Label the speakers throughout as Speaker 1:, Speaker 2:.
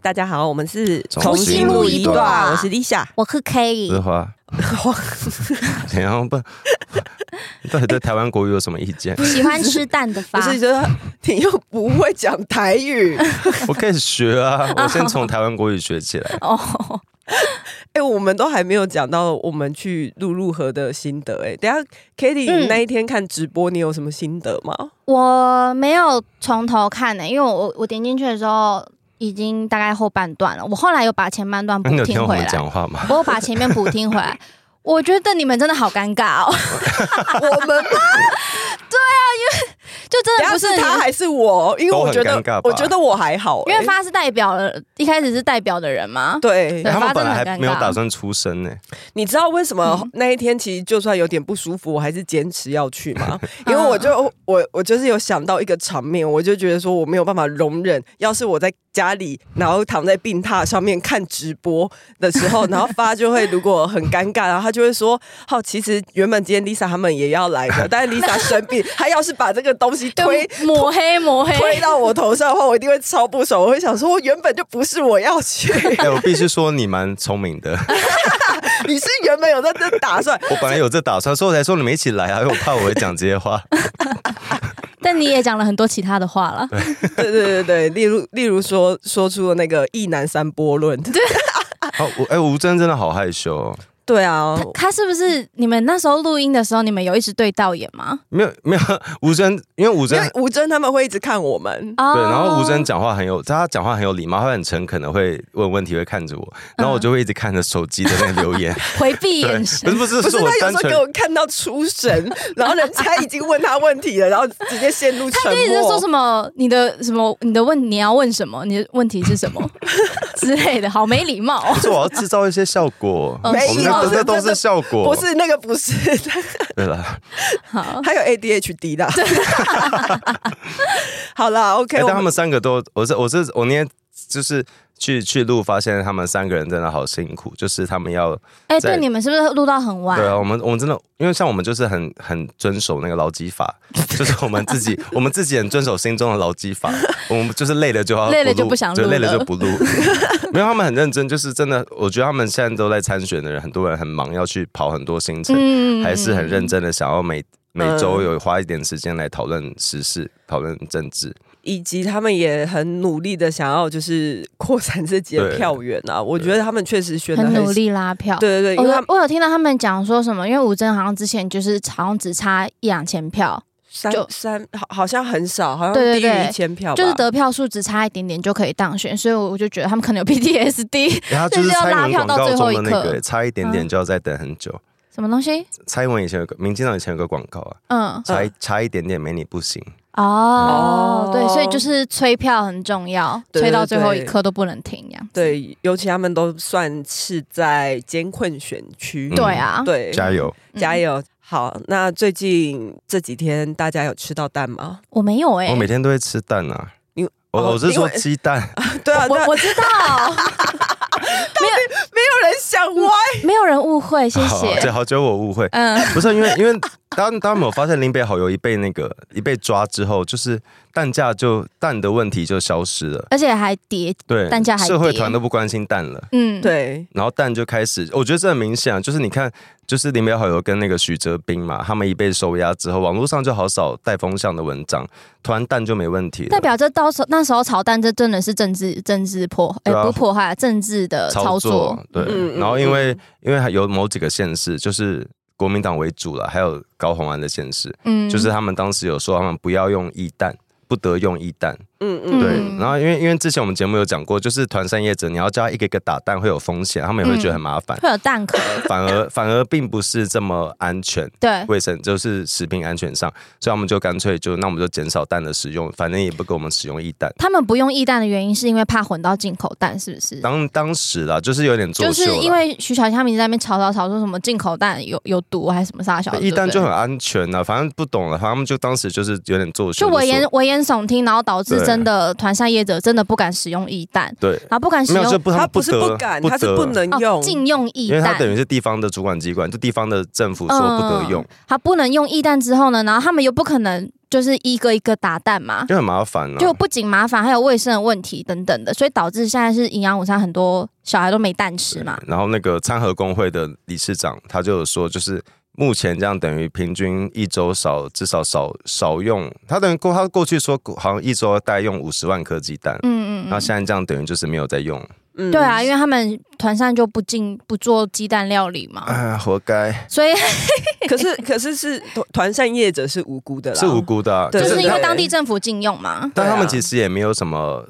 Speaker 1: 大家好，我们是
Speaker 2: 重新
Speaker 3: 录一段
Speaker 1: 我是 Lisa。
Speaker 3: 我是 Kerry，
Speaker 2: 是 花，然后不， 到底对台湾国语有什么意见？
Speaker 3: 喜欢吃蛋的
Speaker 1: 不
Speaker 3: 发，
Speaker 1: 是，就是你又不会讲台语。 哎、
Speaker 2: 我可以学 啊，我先从台湾国语学起来。
Speaker 3: 哦，
Speaker 1: 哎我们都还没有讲到我们去露露河的心得、哎，等一下 k a t i e
Speaker 3: 嗯
Speaker 1: 那一天看直播，你有什么心得吗？
Speaker 3: 我没有从头看欸呢、因为我我点进去的时候已经大概后半段了，我后来有把前半段补
Speaker 2: 那你有听
Speaker 3: 听
Speaker 2: 我
Speaker 3: 回
Speaker 2: 们
Speaker 3: 来，
Speaker 2: 讲话吗？
Speaker 3: 我有把前面补听 回来。我觉得你们真的好尴尬哦，啊
Speaker 1: 我们
Speaker 3: 就真
Speaker 1: 等
Speaker 3: 的
Speaker 1: 一下
Speaker 3: 不是
Speaker 1: 是
Speaker 3: 你
Speaker 1: 他
Speaker 3: 们，
Speaker 1: 还是我？因为
Speaker 2: 都
Speaker 1: 我
Speaker 2: 很
Speaker 1: 觉得
Speaker 2: 尴尬吧，
Speaker 1: 我觉得我还好、
Speaker 3: 因为
Speaker 1: 哎
Speaker 3: 发是代表了，一开始是代表的人嘛，
Speaker 1: 对
Speaker 3: 对
Speaker 2: 他
Speaker 3: 发
Speaker 2: 们
Speaker 3: 真
Speaker 2: 本
Speaker 3: 的
Speaker 2: 来
Speaker 3: 很
Speaker 2: 还没有
Speaker 3: 尴尬
Speaker 2: 打算出声呢，
Speaker 1: 你知道为什么那一天其实就算有点不舒服，我还是坚持要去吗？因为我就我我就是有想到一个场面，我就觉得说我没有办法容忍，要是我在家里，然后躺在病榻上面看直播的时候，然后发就会如果很尴尬，然后他就会说：“好，其实原本今天 Lisa 他们也要来的，但是 Lisa 生病，他要是把这个东西推
Speaker 3: 对，抹黑抹黑，
Speaker 1: 推到我头上的话，我一定会超不爽，我会想说，原本就不是我要去，
Speaker 2: 哎，我必须说你蛮聪明的，
Speaker 1: 你是原本有在这打算，
Speaker 2: 我本来有这打算，所以我才说你们一起来啊，因为我怕我会讲这些话。
Speaker 3: 但你也讲了很多其他的话了，
Speaker 1: 对对对对，例如例如说说出了那个一男三波论，对
Speaker 2: 哦，我哎，吴真真的好害羞哦，
Speaker 1: 对啊
Speaker 3: 他，他是不是你们那时候录音的时候，你们有一直对到眼吗？
Speaker 2: 没有没有，吴真因为吴
Speaker 1: 因
Speaker 2: 真
Speaker 1: 为吴尊他们会一直看我们，
Speaker 3: 哦
Speaker 2: 对，然后吴真讲话很有，他讲话很有礼貌，他很诚恳的会问问题，会看着我，然后我就会一直看着手机的那个留言，
Speaker 3: 回避
Speaker 2: 对，
Speaker 3: 嗯 眼
Speaker 2: 不是，不是，
Speaker 3: 神
Speaker 1: 不是
Speaker 2: 我
Speaker 1: 他有
Speaker 2: 单
Speaker 1: 时候
Speaker 2: 纯
Speaker 1: 给我看到出神， 然后人家已经问他问题了，然后直接陷入
Speaker 3: 他
Speaker 1: 沉
Speaker 3: 跟你在说
Speaker 1: 默
Speaker 3: 什。么？你的什么？你的问你要问什么？你的问题是什 么之类的，好没礼貌哦、
Speaker 2: 不是我要制造一些效果，
Speaker 3: 嗯
Speaker 2: 我们
Speaker 3: 没有
Speaker 2: 的这都
Speaker 1: 真的
Speaker 2: 是效果，
Speaker 1: 不是那个，不是，
Speaker 2: 对了。
Speaker 3: 好，
Speaker 1: 他有 ADHD 的。 好啦 o k
Speaker 2: 哎
Speaker 1: 我
Speaker 2: 但他
Speaker 1: 们
Speaker 2: 们三个都，我是我是我那天就是去去录，发现他们三个人真的好辛苦，就是他们要
Speaker 3: 哎、
Speaker 2: 在
Speaker 3: 对，你们是不是录到很晚
Speaker 2: 对？啊，我们我们真的，因为像我们就是很很遵守那个劳基 法，就是我们自己我们自己很遵守心中的劳基 法，我们就是累了就要
Speaker 3: 累了就
Speaker 2: 录
Speaker 3: 不想
Speaker 2: 就
Speaker 3: 录
Speaker 2: 累了
Speaker 3: 了
Speaker 2: 就不 录。没有，他们很认真，就是真的，我觉得他们现在都在参选的人，很多人很忙，要去跑很多行程，
Speaker 3: 嗯
Speaker 2: 还是很认。真的想要每。每周
Speaker 1: 嗯
Speaker 2: 有花一点时间来讨论时事、讨论政治，
Speaker 1: 以及他们也很努力的想要就是扩展自己的
Speaker 2: 对
Speaker 1: 票源啊，我觉得他们确实选的
Speaker 3: 嗯很努，力哦拉票。
Speaker 1: 对对对，因
Speaker 3: 我
Speaker 1: 为
Speaker 3: 有
Speaker 1: 他们
Speaker 3: 我有听到他们讲说什么，因为吴征好像之前就是好像只差一两千票，
Speaker 1: 三
Speaker 3: 就
Speaker 1: 三好好像很少，好像
Speaker 3: 对
Speaker 1: 低
Speaker 3: 对
Speaker 1: 于
Speaker 3: 对
Speaker 1: 一千票吧，
Speaker 3: 就是得票数只差一点点就可以当选，所以我就觉得他们可能有 PTSD
Speaker 2: 然后哎就是
Speaker 3: 就是要
Speaker 2: 蔡英
Speaker 3: 拉
Speaker 2: 文
Speaker 3: 票
Speaker 2: 广
Speaker 3: 到
Speaker 2: 告
Speaker 3: 最后
Speaker 2: 中
Speaker 3: 一
Speaker 2: 的那
Speaker 3: 刻嗯
Speaker 2: 个，哎差一点点就要再等很久。
Speaker 3: 什么东西，
Speaker 2: 蔡英文以前有个，民进党以前有个广告啊，
Speaker 3: 嗯，
Speaker 2: 差一差一点点没你不行。
Speaker 3: 哦
Speaker 1: 哦，
Speaker 3: 对，所以就是催票很重要，
Speaker 1: 对
Speaker 3: 催到最后
Speaker 1: 对
Speaker 3: 一刻都不能停，这样。
Speaker 1: 对，尤其他们都算是在艰困选
Speaker 2: 嗯
Speaker 1: 区，
Speaker 3: 对啊，
Speaker 1: 对，
Speaker 2: 加油！
Speaker 3: 嗯
Speaker 1: 加油！好，那最近这几天大家有吃到蛋吗？
Speaker 3: 我没有哎、
Speaker 2: 我每天都会吃蛋啊
Speaker 1: 因为。
Speaker 2: 我
Speaker 1: 哦
Speaker 2: 我是
Speaker 1: 因
Speaker 2: 说
Speaker 1: 为
Speaker 2: 鸡蛋，
Speaker 1: 对啊，
Speaker 3: 我
Speaker 1: 对啊
Speaker 3: 我 知道，
Speaker 1: 没有人想歪，
Speaker 3: 没有人误会， 谢
Speaker 2: 好这
Speaker 3: 谢。
Speaker 2: 好久我误 会，
Speaker 3: 嗯，
Speaker 2: 不是因为因为当当没有发现林北好友一被那个一被抓之后，就是蛋价就蛋的问题就消失了，
Speaker 3: 而且还叠，
Speaker 2: 对，
Speaker 3: 蛋价还
Speaker 2: 社会
Speaker 3: 跌
Speaker 2: 团都不关心蛋了。
Speaker 3: 嗯，，
Speaker 1: 对，
Speaker 2: 然后蛋就开始，我觉得这很明显啊，就是你看，就是林北好友跟那个许哲斌嘛，他们一被收押之后，网络上就好少带风向的文章，突然蛋就没问题了，
Speaker 3: 代表这到时候那时候炒蛋，这真的是政治政治破，哎、
Speaker 2: 对啊
Speaker 3: 不是破坏政治的呃操作，
Speaker 2: 对。
Speaker 1: 嗯嗯
Speaker 2: 然后因为、
Speaker 1: 嗯
Speaker 2: 因为还有某几个县市就是国民党为主了，还有高虹安的县市，
Speaker 3: 嗯
Speaker 2: 就是他们当时有说他们不要用一弹。不得用一弹，
Speaker 1: 嗯嗯，
Speaker 2: 对。
Speaker 3: 嗯
Speaker 2: 然后因为因为之前我们节目有讲过，就是团扇业者，你要叫他一个一个打蛋会有风险，他们也会觉得很麻 烦，
Speaker 3: 会有蛋壳，
Speaker 2: 反而反而并不是这么安全，
Speaker 3: 对，
Speaker 2: 卫生就是食品安全上，所以他们就干脆就那我们就减少蛋的使用，反正也不给我们使用一弹。
Speaker 3: 他们不用液蛋的原因是因为怕混到进口蛋，是不是？
Speaker 2: 当当时啦，就是有点作
Speaker 3: 就
Speaker 2: 秀
Speaker 3: 是
Speaker 2: 啦，
Speaker 3: 因为徐小青他们一直在那边吵吵吵，说什么进口蛋有有毒还是什么啥小的，
Speaker 2: 一
Speaker 3: 对
Speaker 2: 旦
Speaker 3: 不对
Speaker 2: 就很安全了、反正不懂了，反正他们就当时就是有点作秀，
Speaker 3: 就危
Speaker 2: 说
Speaker 3: 言危言耸听，然后导致
Speaker 2: 对
Speaker 3: 真的团扇业者真的不敢使用液蛋，
Speaker 2: 对，
Speaker 3: 然后不敢使
Speaker 2: 没有就
Speaker 3: 用
Speaker 2: 不
Speaker 1: 他
Speaker 2: 们
Speaker 1: 不是
Speaker 2: 得
Speaker 1: 不敢，他是
Speaker 2: 得
Speaker 1: 不能
Speaker 3: 哦
Speaker 1: 用，
Speaker 3: 禁用液
Speaker 2: 因为
Speaker 3: 蛋，
Speaker 2: 它等于是地方的主管机关，就地方的政府说不得用，
Speaker 3: 嗯，他不能用液蛋之后呢，然后他们又不可能就是一个一个打蛋嘛，
Speaker 2: 就很麻烦了、
Speaker 3: 就不仅麻烦，还有卫生的问题等等的，所以导致现在是营养午餐很多小孩都没蛋吃嘛。
Speaker 2: 然后那个餐盒工会的理事长他就有说，就是目前这样等于平均一周少至少少少用，他等于过他过去说好像一周要代用五十万颗鸡蛋，
Speaker 3: 嗯嗯
Speaker 2: 那、
Speaker 3: 嗯，
Speaker 2: 现在这样等于就是没有在用，
Speaker 1: 嗯
Speaker 3: 对啊，因为他们团上就不进不做鸡蛋料理嘛，
Speaker 2: 哎，活该，
Speaker 3: 所以
Speaker 1: 可是可是是团团扇业者是无辜的啦，
Speaker 2: 是无辜的啊、
Speaker 1: 对
Speaker 3: 就是因为
Speaker 1: 对
Speaker 3: 当地政府禁用嘛。
Speaker 2: 但他
Speaker 1: 对啊
Speaker 2: 们其实也没有什么，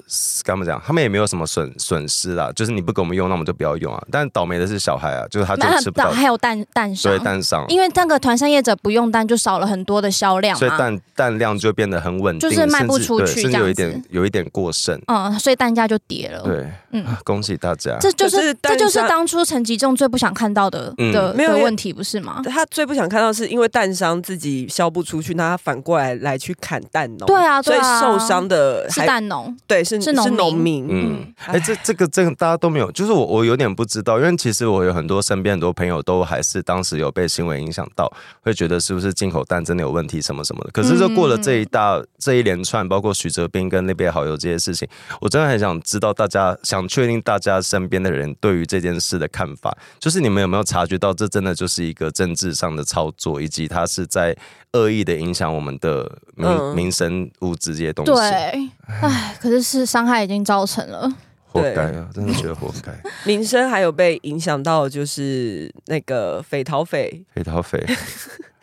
Speaker 2: 跟他们讲，他们也没有什么损损失啦，就是你不给我们用，那我们就不要用啊。但倒霉的是小孩啊，就是他就
Speaker 3: 那
Speaker 2: 吃不到，
Speaker 3: 还有蛋蛋
Speaker 2: 所以
Speaker 3: 商，
Speaker 2: 蛋上，
Speaker 3: 因为那个团扇业者不用蛋，就少了很多的销量
Speaker 2: 所以
Speaker 3: 嘛。
Speaker 2: 蛋蛋量就变得很稳定，
Speaker 3: 啊就是卖不出去
Speaker 2: 甚至对甚至
Speaker 3: 这
Speaker 2: 有
Speaker 3: 样子
Speaker 2: 一点有一点过剩。
Speaker 3: 嗯，所以蛋价就跌了。
Speaker 2: 对，
Speaker 3: 嗯
Speaker 2: 啊 恭喜大家。
Speaker 3: 这就
Speaker 1: 可
Speaker 3: 是
Speaker 1: 是
Speaker 3: 这
Speaker 1: 蛋
Speaker 3: 就是
Speaker 1: 商
Speaker 3: 当初陈吉仲最不想看到的
Speaker 2: 嗯
Speaker 3: 的
Speaker 1: 没有
Speaker 3: 的
Speaker 1: 因为
Speaker 3: 问题，不是吗？
Speaker 1: 他最不想看到是因为蛋商自己销不出去，那他反过来来去砍蛋农，
Speaker 3: 对啊
Speaker 1: 所
Speaker 3: 对
Speaker 1: 以
Speaker 3: 啊
Speaker 1: 受伤的
Speaker 3: 是
Speaker 1: 还
Speaker 3: 蛋农，
Speaker 1: 对是
Speaker 3: 是农民
Speaker 1: 民，
Speaker 2: 嗯，
Speaker 1: 哎
Speaker 2: 哎、这这个这个大家都没有，就是我我有点不知道，因为其实我有很多身边很多朋友都还是当时有被新闻影响到，会觉得是不是进口蛋真的有问题什么什么的。可是就过了这一大、这一连串，包括许哲斌跟那边好友这些事情，我真的很想知道大家想确定大家身边的人对于这件事的看法，就是你们有没有察觉到这真的就是一个政治上的操作，以及它是在恶意的影响我们的民、
Speaker 1: 嗯
Speaker 2: 民生物资这些东西。
Speaker 3: 对，唉，可是是伤害已经造 成了。
Speaker 2: 活该啊，真的觉得活该，
Speaker 1: 民生还有被影响到，就是那个匪逃匪，
Speaker 2: 肥桃肥，啊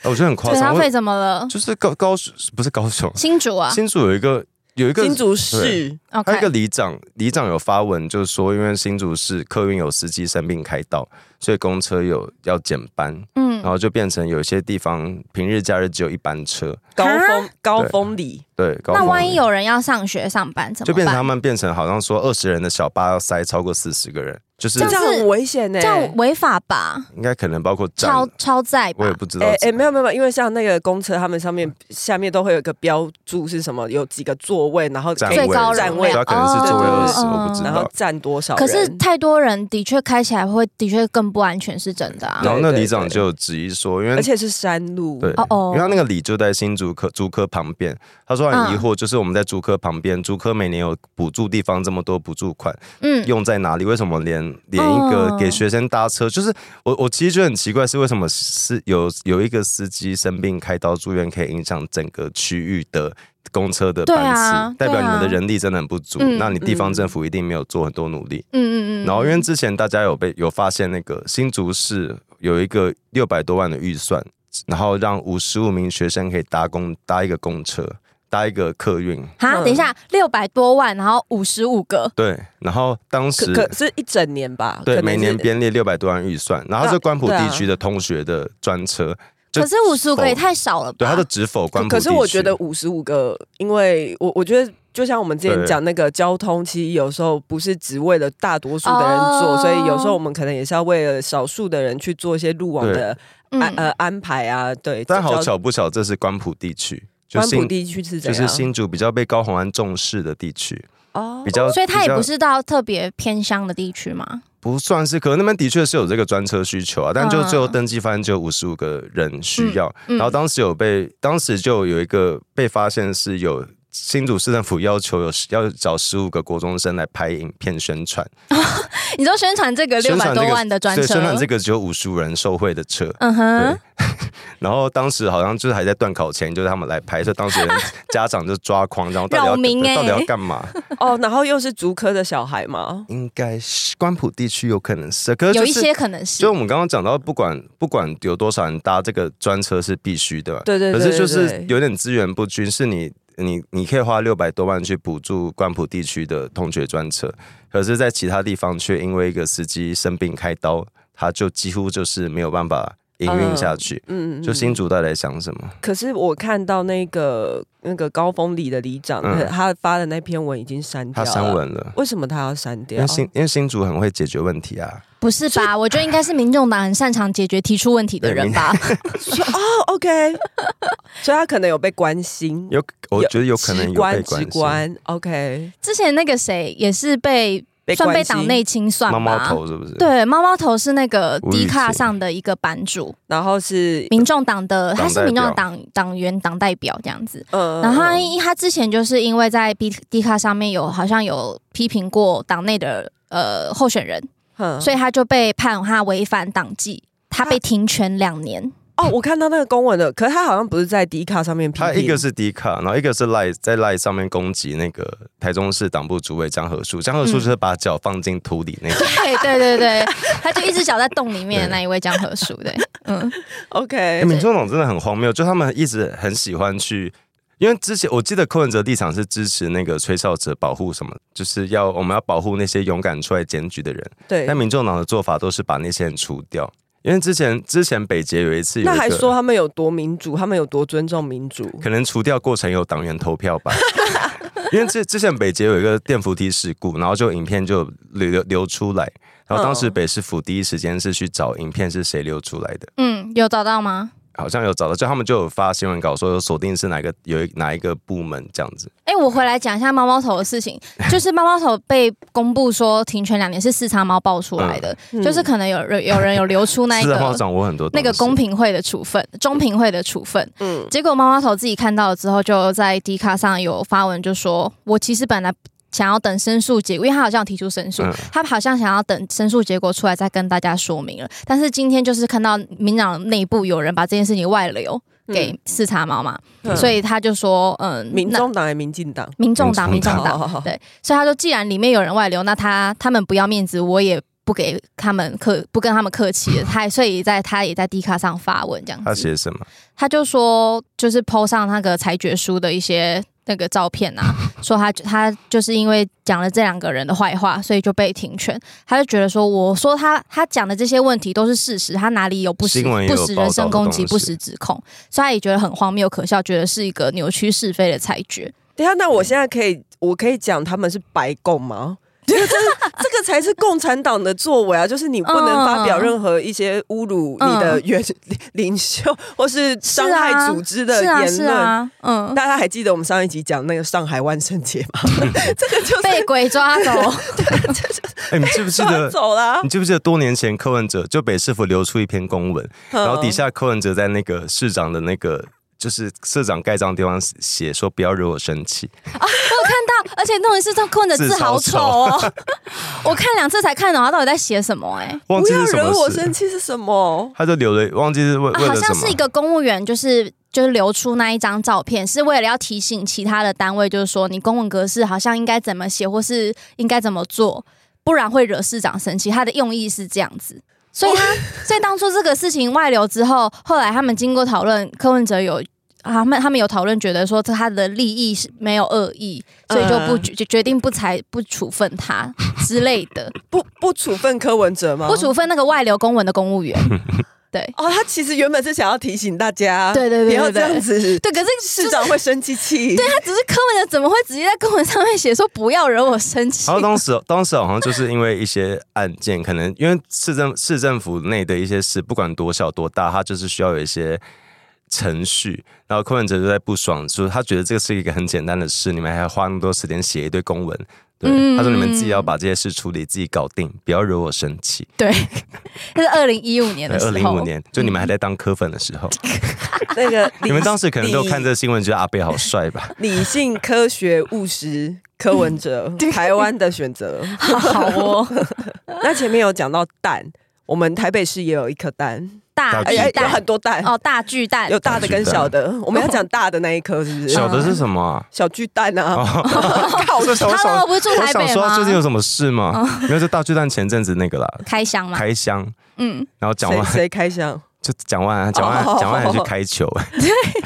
Speaker 2: 我觉得很夸
Speaker 3: 对，
Speaker 2: 张，
Speaker 3: 他
Speaker 2: 我
Speaker 3: 费怎么了？
Speaker 2: 就是高高雄不是高雄，
Speaker 3: 新竹啊
Speaker 2: 新竹有一个有一个
Speaker 1: 新竹市
Speaker 2: 还有一
Speaker 3: ，OK，
Speaker 2: 个里长，里长有发文，就是说，因为新竹市客运有司机生病开道，所以公车有要减班，
Speaker 3: 嗯
Speaker 2: 然，后就变成有些地方平日假日只有一班车，
Speaker 1: 高峰高峰里，
Speaker 2: 对，高
Speaker 3: 那
Speaker 2: 峰
Speaker 3: 万一有人要上学上班怎
Speaker 2: 就
Speaker 3: 么
Speaker 2: 变成他
Speaker 3: 办？
Speaker 2: 们变成好像说二十人的小巴要塞超过四十个人，就是
Speaker 3: 这
Speaker 1: 这
Speaker 3: 样
Speaker 1: 样很危险呢、
Speaker 3: 这样违法吧？
Speaker 2: 应该可能包括
Speaker 3: 超
Speaker 2: 站，
Speaker 3: 超载
Speaker 2: 我也
Speaker 3: 吧？
Speaker 2: 不知道
Speaker 1: 哎哎、
Speaker 2: 怎么
Speaker 1: 没有没有，没有因为像那个公车，他们上面下面都会有一个标注是什么，有几个座位，然后
Speaker 2: 站
Speaker 1: 可以
Speaker 3: 最
Speaker 2: 位
Speaker 3: 高
Speaker 2: 这样
Speaker 1: 容量
Speaker 2: 所以它可能是座位
Speaker 1: 哦
Speaker 2: 二十，我不知
Speaker 1: 然后
Speaker 2: 道。
Speaker 1: 站多少
Speaker 3: 可
Speaker 1: 人？
Speaker 3: 是太多人的确开起来会的确更不安全，是真的啊
Speaker 1: 对。
Speaker 2: 然后那里长就有质疑说，因为
Speaker 1: 而且是山路，
Speaker 2: 对，
Speaker 3: 哦哦
Speaker 2: 因为他那个里就在新竹科竹科旁边，他说
Speaker 3: 嗯
Speaker 2: 很疑惑，就是我们在竹科旁边，竹科每年有补助地方这么多补助款，
Speaker 3: 嗯，
Speaker 2: 用在哪里？为什么连连一个
Speaker 3: 嗯
Speaker 2: 给学生搭车，就是我我其实觉得很奇怪，是为什么是有有一个司机生病开刀住院，可以影响整个区域的公车的
Speaker 3: 对
Speaker 2: 班次，
Speaker 3: 啊
Speaker 2: 代表
Speaker 3: 对
Speaker 2: 你
Speaker 3: 啊
Speaker 2: 们的人力真的很不足，
Speaker 3: 嗯
Speaker 2: 那你地方政府一定没有做很多努力。
Speaker 3: 嗯嗯嗯，
Speaker 2: 然后因为之前大家有被有发现那个新竹市有一个六百多万的预算，然后让五十五名学生可以搭公搭一个公车，搭一个客运。
Speaker 3: 哈，
Speaker 1: 嗯
Speaker 3: 等一下，六百多万，然后五十五个，
Speaker 2: 对，然后当
Speaker 1: 可
Speaker 2: 时
Speaker 1: 可是一整年吧？
Speaker 2: 对
Speaker 1: 可能
Speaker 2: 每
Speaker 1: 是
Speaker 2: 年编列六百多万预算，然后它是
Speaker 1: 那
Speaker 2: 关埔
Speaker 1: 对啊
Speaker 2: 地区的同学的专车，就
Speaker 3: 可是五十五个也
Speaker 2: 否
Speaker 3: 太少了吧？
Speaker 2: 对，它就只否关
Speaker 1: 可
Speaker 2: 埔
Speaker 1: 可是我
Speaker 2: 地区
Speaker 1: 觉得五十五个，因为我我觉得就像我们之前
Speaker 2: 对
Speaker 1: 讲那个交通，其实有时候不是只为了大多数的人做，
Speaker 3: 哦
Speaker 1: 所以有时候我们可能也是要为了少数的人去做一些路网的安
Speaker 3: 嗯
Speaker 1: 呃安排啊，对。
Speaker 2: 但好
Speaker 1: 交，
Speaker 2: 巧不巧，这是关埔地区，就
Speaker 1: 关埔
Speaker 2: 新
Speaker 1: 地区是怎
Speaker 2: 就
Speaker 1: 样？
Speaker 2: 是新竹比较被高雄安重视的地区，
Speaker 1: 哦
Speaker 2: 比，较
Speaker 3: 所以它
Speaker 2: 比
Speaker 3: 也
Speaker 2: 较
Speaker 3: 不是到特别偏乡的地区嘛。
Speaker 2: 不算是，可能那边的确是有这个专车需求啊，但就
Speaker 3: 嗯
Speaker 2: 最后登记发现只有五十五个人需要，
Speaker 3: 嗯嗯
Speaker 2: 然后当时有被，当时就有一个被发现是有。新竹市政府要求有要找十五个国中生来拍影片宣传，
Speaker 3: 你知道宣传这个六
Speaker 2: 宣传
Speaker 3: 百
Speaker 2: 这
Speaker 3: 多
Speaker 2: 个
Speaker 3: 万的专车，
Speaker 2: 对，宣传这个只有五十五人受惠的车。
Speaker 3: 嗯哼
Speaker 2: 对，然后当时好像就是还在断考前，就是他们来拍，所以当时有人家长就抓狂，然后到底
Speaker 3: 扰民
Speaker 2: 要、
Speaker 3: 欸
Speaker 2: 到底要干嘛？
Speaker 1: 哦，然后又是竹科的小孩嘛，
Speaker 2: 应该是关埔地区有可能是，可是、就
Speaker 3: 有
Speaker 2: 是、
Speaker 3: 一些可能是
Speaker 2: 就我们刚刚讲到，不管不管有多少人搭这个专车是必须的，
Speaker 1: 对对对
Speaker 2: 可是就
Speaker 1: 对
Speaker 2: 是
Speaker 1: 对
Speaker 2: 有点资源不均，是你你你可以花六百多万去补助关埔地区的同学专车，可是，在其他地方却因为一个司机生病开刀，他就几乎就是没有办法营运下去。
Speaker 1: 嗯，嗯
Speaker 2: 就新竹到底在想什么？
Speaker 1: 可是我看到那个那个高峰里的里长，
Speaker 2: 嗯
Speaker 1: 他发的那篇文已经删掉了，
Speaker 2: 他
Speaker 1: 哦
Speaker 2: 删，文了，
Speaker 1: 为什么他要删
Speaker 2: 因
Speaker 1: 掉
Speaker 2: 为？新因为新竹很会解决问题啊。
Speaker 3: 不是吧？我觉得应该是民众党很擅长解决提出问题的人吧。
Speaker 1: 哦，OK，所以他可能有被关心，
Speaker 2: 有，我觉得有可能有被
Speaker 1: 直观
Speaker 2: 关
Speaker 1: 直
Speaker 2: 心。
Speaker 1: 观，OK，
Speaker 3: 之前那个谁也是被
Speaker 1: 被
Speaker 3: 算被
Speaker 1: 关
Speaker 3: 党
Speaker 1: 心
Speaker 3: 内清算吧。
Speaker 2: 猫猫头是不是？，
Speaker 3: 对，猫猫头是那个
Speaker 2: 吴
Speaker 3: 低
Speaker 2: 宇
Speaker 3: 卡
Speaker 2: 晴
Speaker 3: 上的一个版主，
Speaker 1: 然后是
Speaker 3: 民众党的，他
Speaker 2: 党
Speaker 3: 是
Speaker 2: 代
Speaker 3: 民众
Speaker 2: 表
Speaker 3: 党党员、党代表这样子。
Speaker 1: 呃
Speaker 3: 然后他他之前就是因为在 B D 卡上面有好像有批评过党内的呃候选人，
Speaker 1: 他
Speaker 3: 所以他就被判他违反党纪，他被停权两年。
Speaker 1: 哦，我看到那个公文了，可是他好像不是在迪卡上面批
Speaker 2: 他
Speaker 1: 评，
Speaker 2: 一个是迪卡，然后一个是赖在赖上面攻击那个台中市党部主委江和树，江和树
Speaker 1: 嗯
Speaker 2: 就是把脚放进土里 那个，
Speaker 3: 对对对对，他就一只脚在洞里面的那一位江河树，对，嗯，
Speaker 2: 哎
Speaker 1: OK，
Speaker 2: 民众党真的很荒谬，就他们一直很喜欢去。因为之前我记得柯文哲立场是支持那个吹哨者保护什么，就是要我们要保护那些勇敢出来检举的人。
Speaker 1: 对
Speaker 2: 但，民众党的做法都是把那些人除掉，因为之前之前北捷有一次有一
Speaker 1: 那
Speaker 2: 个
Speaker 1: 还说他们有多民主，他们有多尊重民主，
Speaker 2: 可能除掉过程有党员投票吧。 因为之之前北捷有一个电扶梯事故，然后就影片就流流流出来，然后当时
Speaker 1: 嗯
Speaker 2: 北市府第一时间是去找影片是谁流出来的，
Speaker 3: 嗯，有找到吗？
Speaker 2: 好像有找到，就他们就有发新闻稿说有锁定是哪个有一哪一个部门这样子，
Speaker 3: 哎、我回来讲一下猫猫头的事情，就是猫猫头被公布说停权两年是四叉猫爆出来的，就是可能有人有人有流出那一
Speaker 2: 是
Speaker 3: 个
Speaker 2: 的，帮我掌握很多东
Speaker 3: 那
Speaker 2: 西
Speaker 3: 个公平会的处分，中评会的处分。
Speaker 1: 嗯，
Speaker 3: 结果妈妈头自己看到了之后，就在 D 卡上有发文，就说我其实本来。想要等申诉结果，因为他好像有提出申诉，
Speaker 2: 嗯
Speaker 3: 他好像想要等申诉结果出来再跟大家说明了。但是今天就是看到民党内部有人把这件事情外流给四叉猫嘛，
Speaker 1: 嗯
Speaker 3: 所以他就说，嗯，
Speaker 1: 民
Speaker 3: 那
Speaker 1: 众党还民进党，
Speaker 3: 民众党，民
Speaker 2: 民
Speaker 3: 众
Speaker 2: 众
Speaker 1: 好
Speaker 2: 党
Speaker 3: 党
Speaker 1: 好，好好
Speaker 3: 对，所以他说，既然里面有人外流，那他他们不要面子，我也不给他们客，不跟他们客气了。他所以在他也在 D 卡上发文这样
Speaker 2: 他
Speaker 3: 子，
Speaker 2: 写什么？
Speaker 3: 他就说就是 PO 上那个裁决书的一些那个照片啊，说他他就是因为讲了这两个人的坏话，所以就被停权。他就觉得说，我说他他讲的这些问题都是事实，他哪里有不实
Speaker 2: 新闻也
Speaker 3: 不
Speaker 2: 有
Speaker 3: 实人身攻
Speaker 2: 报
Speaker 3: 击、
Speaker 2: 道的东西
Speaker 3: 不实指控，所以他也觉得很荒谬可笑，觉得是一个扭曲是非的裁决。
Speaker 1: 等一下，那我现在可以，我可以讲他们是白共 吗？因为这这个才是共产党的作为啊！就是你不能发表任何一些侮辱你
Speaker 3: 嗯
Speaker 1: 的原 领袖或是伤害组织的
Speaker 3: 是啊，
Speaker 1: 言
Speaker 3: 是
Speaker 1: 论。
Speaker 3: 啊，嗯，
Speaker 1: 大家还记得我们上一集讲那个上海万圣节 吗？这个就是
Speaker 3: 被鬼抓走，
Speaker 2: 哎，你记不记
Speaker 1: 抓
Speaker 2: 得？
Speaker 1: 走啦
Speaker 2: 你。记不记得多年前柯文哲就北市府流出一篇公文，然
Speaker 3: 嗯
Speaker 2: 后底下柯文哲在那个市长的那个就是社长盖章的地方写说不要惹我生气，
Speaker 3: 看到， 而且弄一次这困的字好丑哦， 我看两次才看懂他到底在写什么、哎、
Speaker 2: 忘
Speaker 1: 不
Speaker 2: 记
Speaker 1: 要
Speaker 2: 是什
Speaker 1: 惹
Speaker 2: 么
Speaker 1: 我
Speaker 2: 事
Speaker 1: 生。气是什么？
Speaker 2: 他就留了，忘记是为、
Speaker 3: 啊
Speaker 2: 呃为
Speaker 3: 好
Speaker 2: 了什
Speaker 3: 像是一
Speaker 2: 么。
Speaker 3: 个公务员，就是就是流出那一张照片，是为了要提醒其他的单位，就是说你公文格式好像应该怎么写，或是应该怎么做，不然会惹市长生气。他的用意是这样子。所以 他，所以当初这个事情外流之后，后来他们经过讨论，柯文哲有啊他们他们有讨论，觉得说他的利益是没有恶意，所以就不
Speaker 1: 嗯
Speaker 3: 决、就
Speaker 2: 呃
Speaker 3: 决定不裁不处分他之类 的，
Speaker 1: 不不处分柯文哲
Speaker 2: 哦
Speaker 1: 吗？
Speaker 3: 不处分那个外流公文的公 务员。对
Speaker 1: 哦，他其实原本是想要提醒大家，
Speaker 3: 对对对对
Speaker 1: 不要这样子，
Speaker 3: 对，可是
Speaker 1: 市长会生气气。
Speaker 3: 他只是柯文哲怎么会直接在公文上面写说不要惹我生气
Speaker 2: 然？后当时，当时好像就是因为一些案件，可能因为市政市政府内的一些事，不管多小多大，他就是需要有一些程序。然后柯文哲就在不爽，说他觉得这个是一个很简单的事，你们还要花那么多时间写一堆公文。对，
Speaker 3: 嗯
Speaker 2: 他说你们自己要把这些事处理，自己搞定，不要惹我生气。
Speaker 3: 对， 这是二零一五年的时
Speaker 2: 二
Speaker 3: 候，
Speaker 2: 零一五年，就你们还在当科粉的时候，
Speaker 1: 那 个
Speaker 2: 你们当时可能都有
Speaker 1: 李
Speaker 2: 看这个新闻，觉得阿贝好帅吧？
Speaker 1: 理性、科学、务实，柯文 哲，台湾的选择。
Speaker 3: 好好哦，
Speaker 1: 那前面有讲到蛋，我们台北市也有一颗蛋，
Speaker 3: 大
Speaker 2: 哎
Speaker 1: 哎、
Speaker 3: 巨
Speaker 1: 哎，有
Speaker 3: 蛋
Speaker 1: 很多蛋，
Speaker 3: 哦，大巨蛋
Speaker 1: 有大的跟小的。我们要讲大的那一颗，是不是？
Speaker 2: 小的是什么啊？
Speaker 1: 小巨蛋啊，靠
Speaker 2: 这小小
Speaker 3: ，Hello，不是住
Speaker 2: 我
Speaker 3: 台
Speaker 2: 想
Speaker 3: 北
Speaker 2: 说
Speaker 3: 吗哦
Speaker 2: 最？近有什么事吗？没有，就大巨蛋前阵子那个啦，
Speaker 3: 开箱嘛，
Speaker 2: 开箱，
Speaker 3: 嗯，
Speaker 2: 然后蒋
Speaker 1: 谁
Speaker 2: 万
Speaker 1: 谁开箱？
Speaker 2: 就啊蒋万安，蒋万
Speaker 1: 哦
Speaker 2: 安蒋万安还去开 球，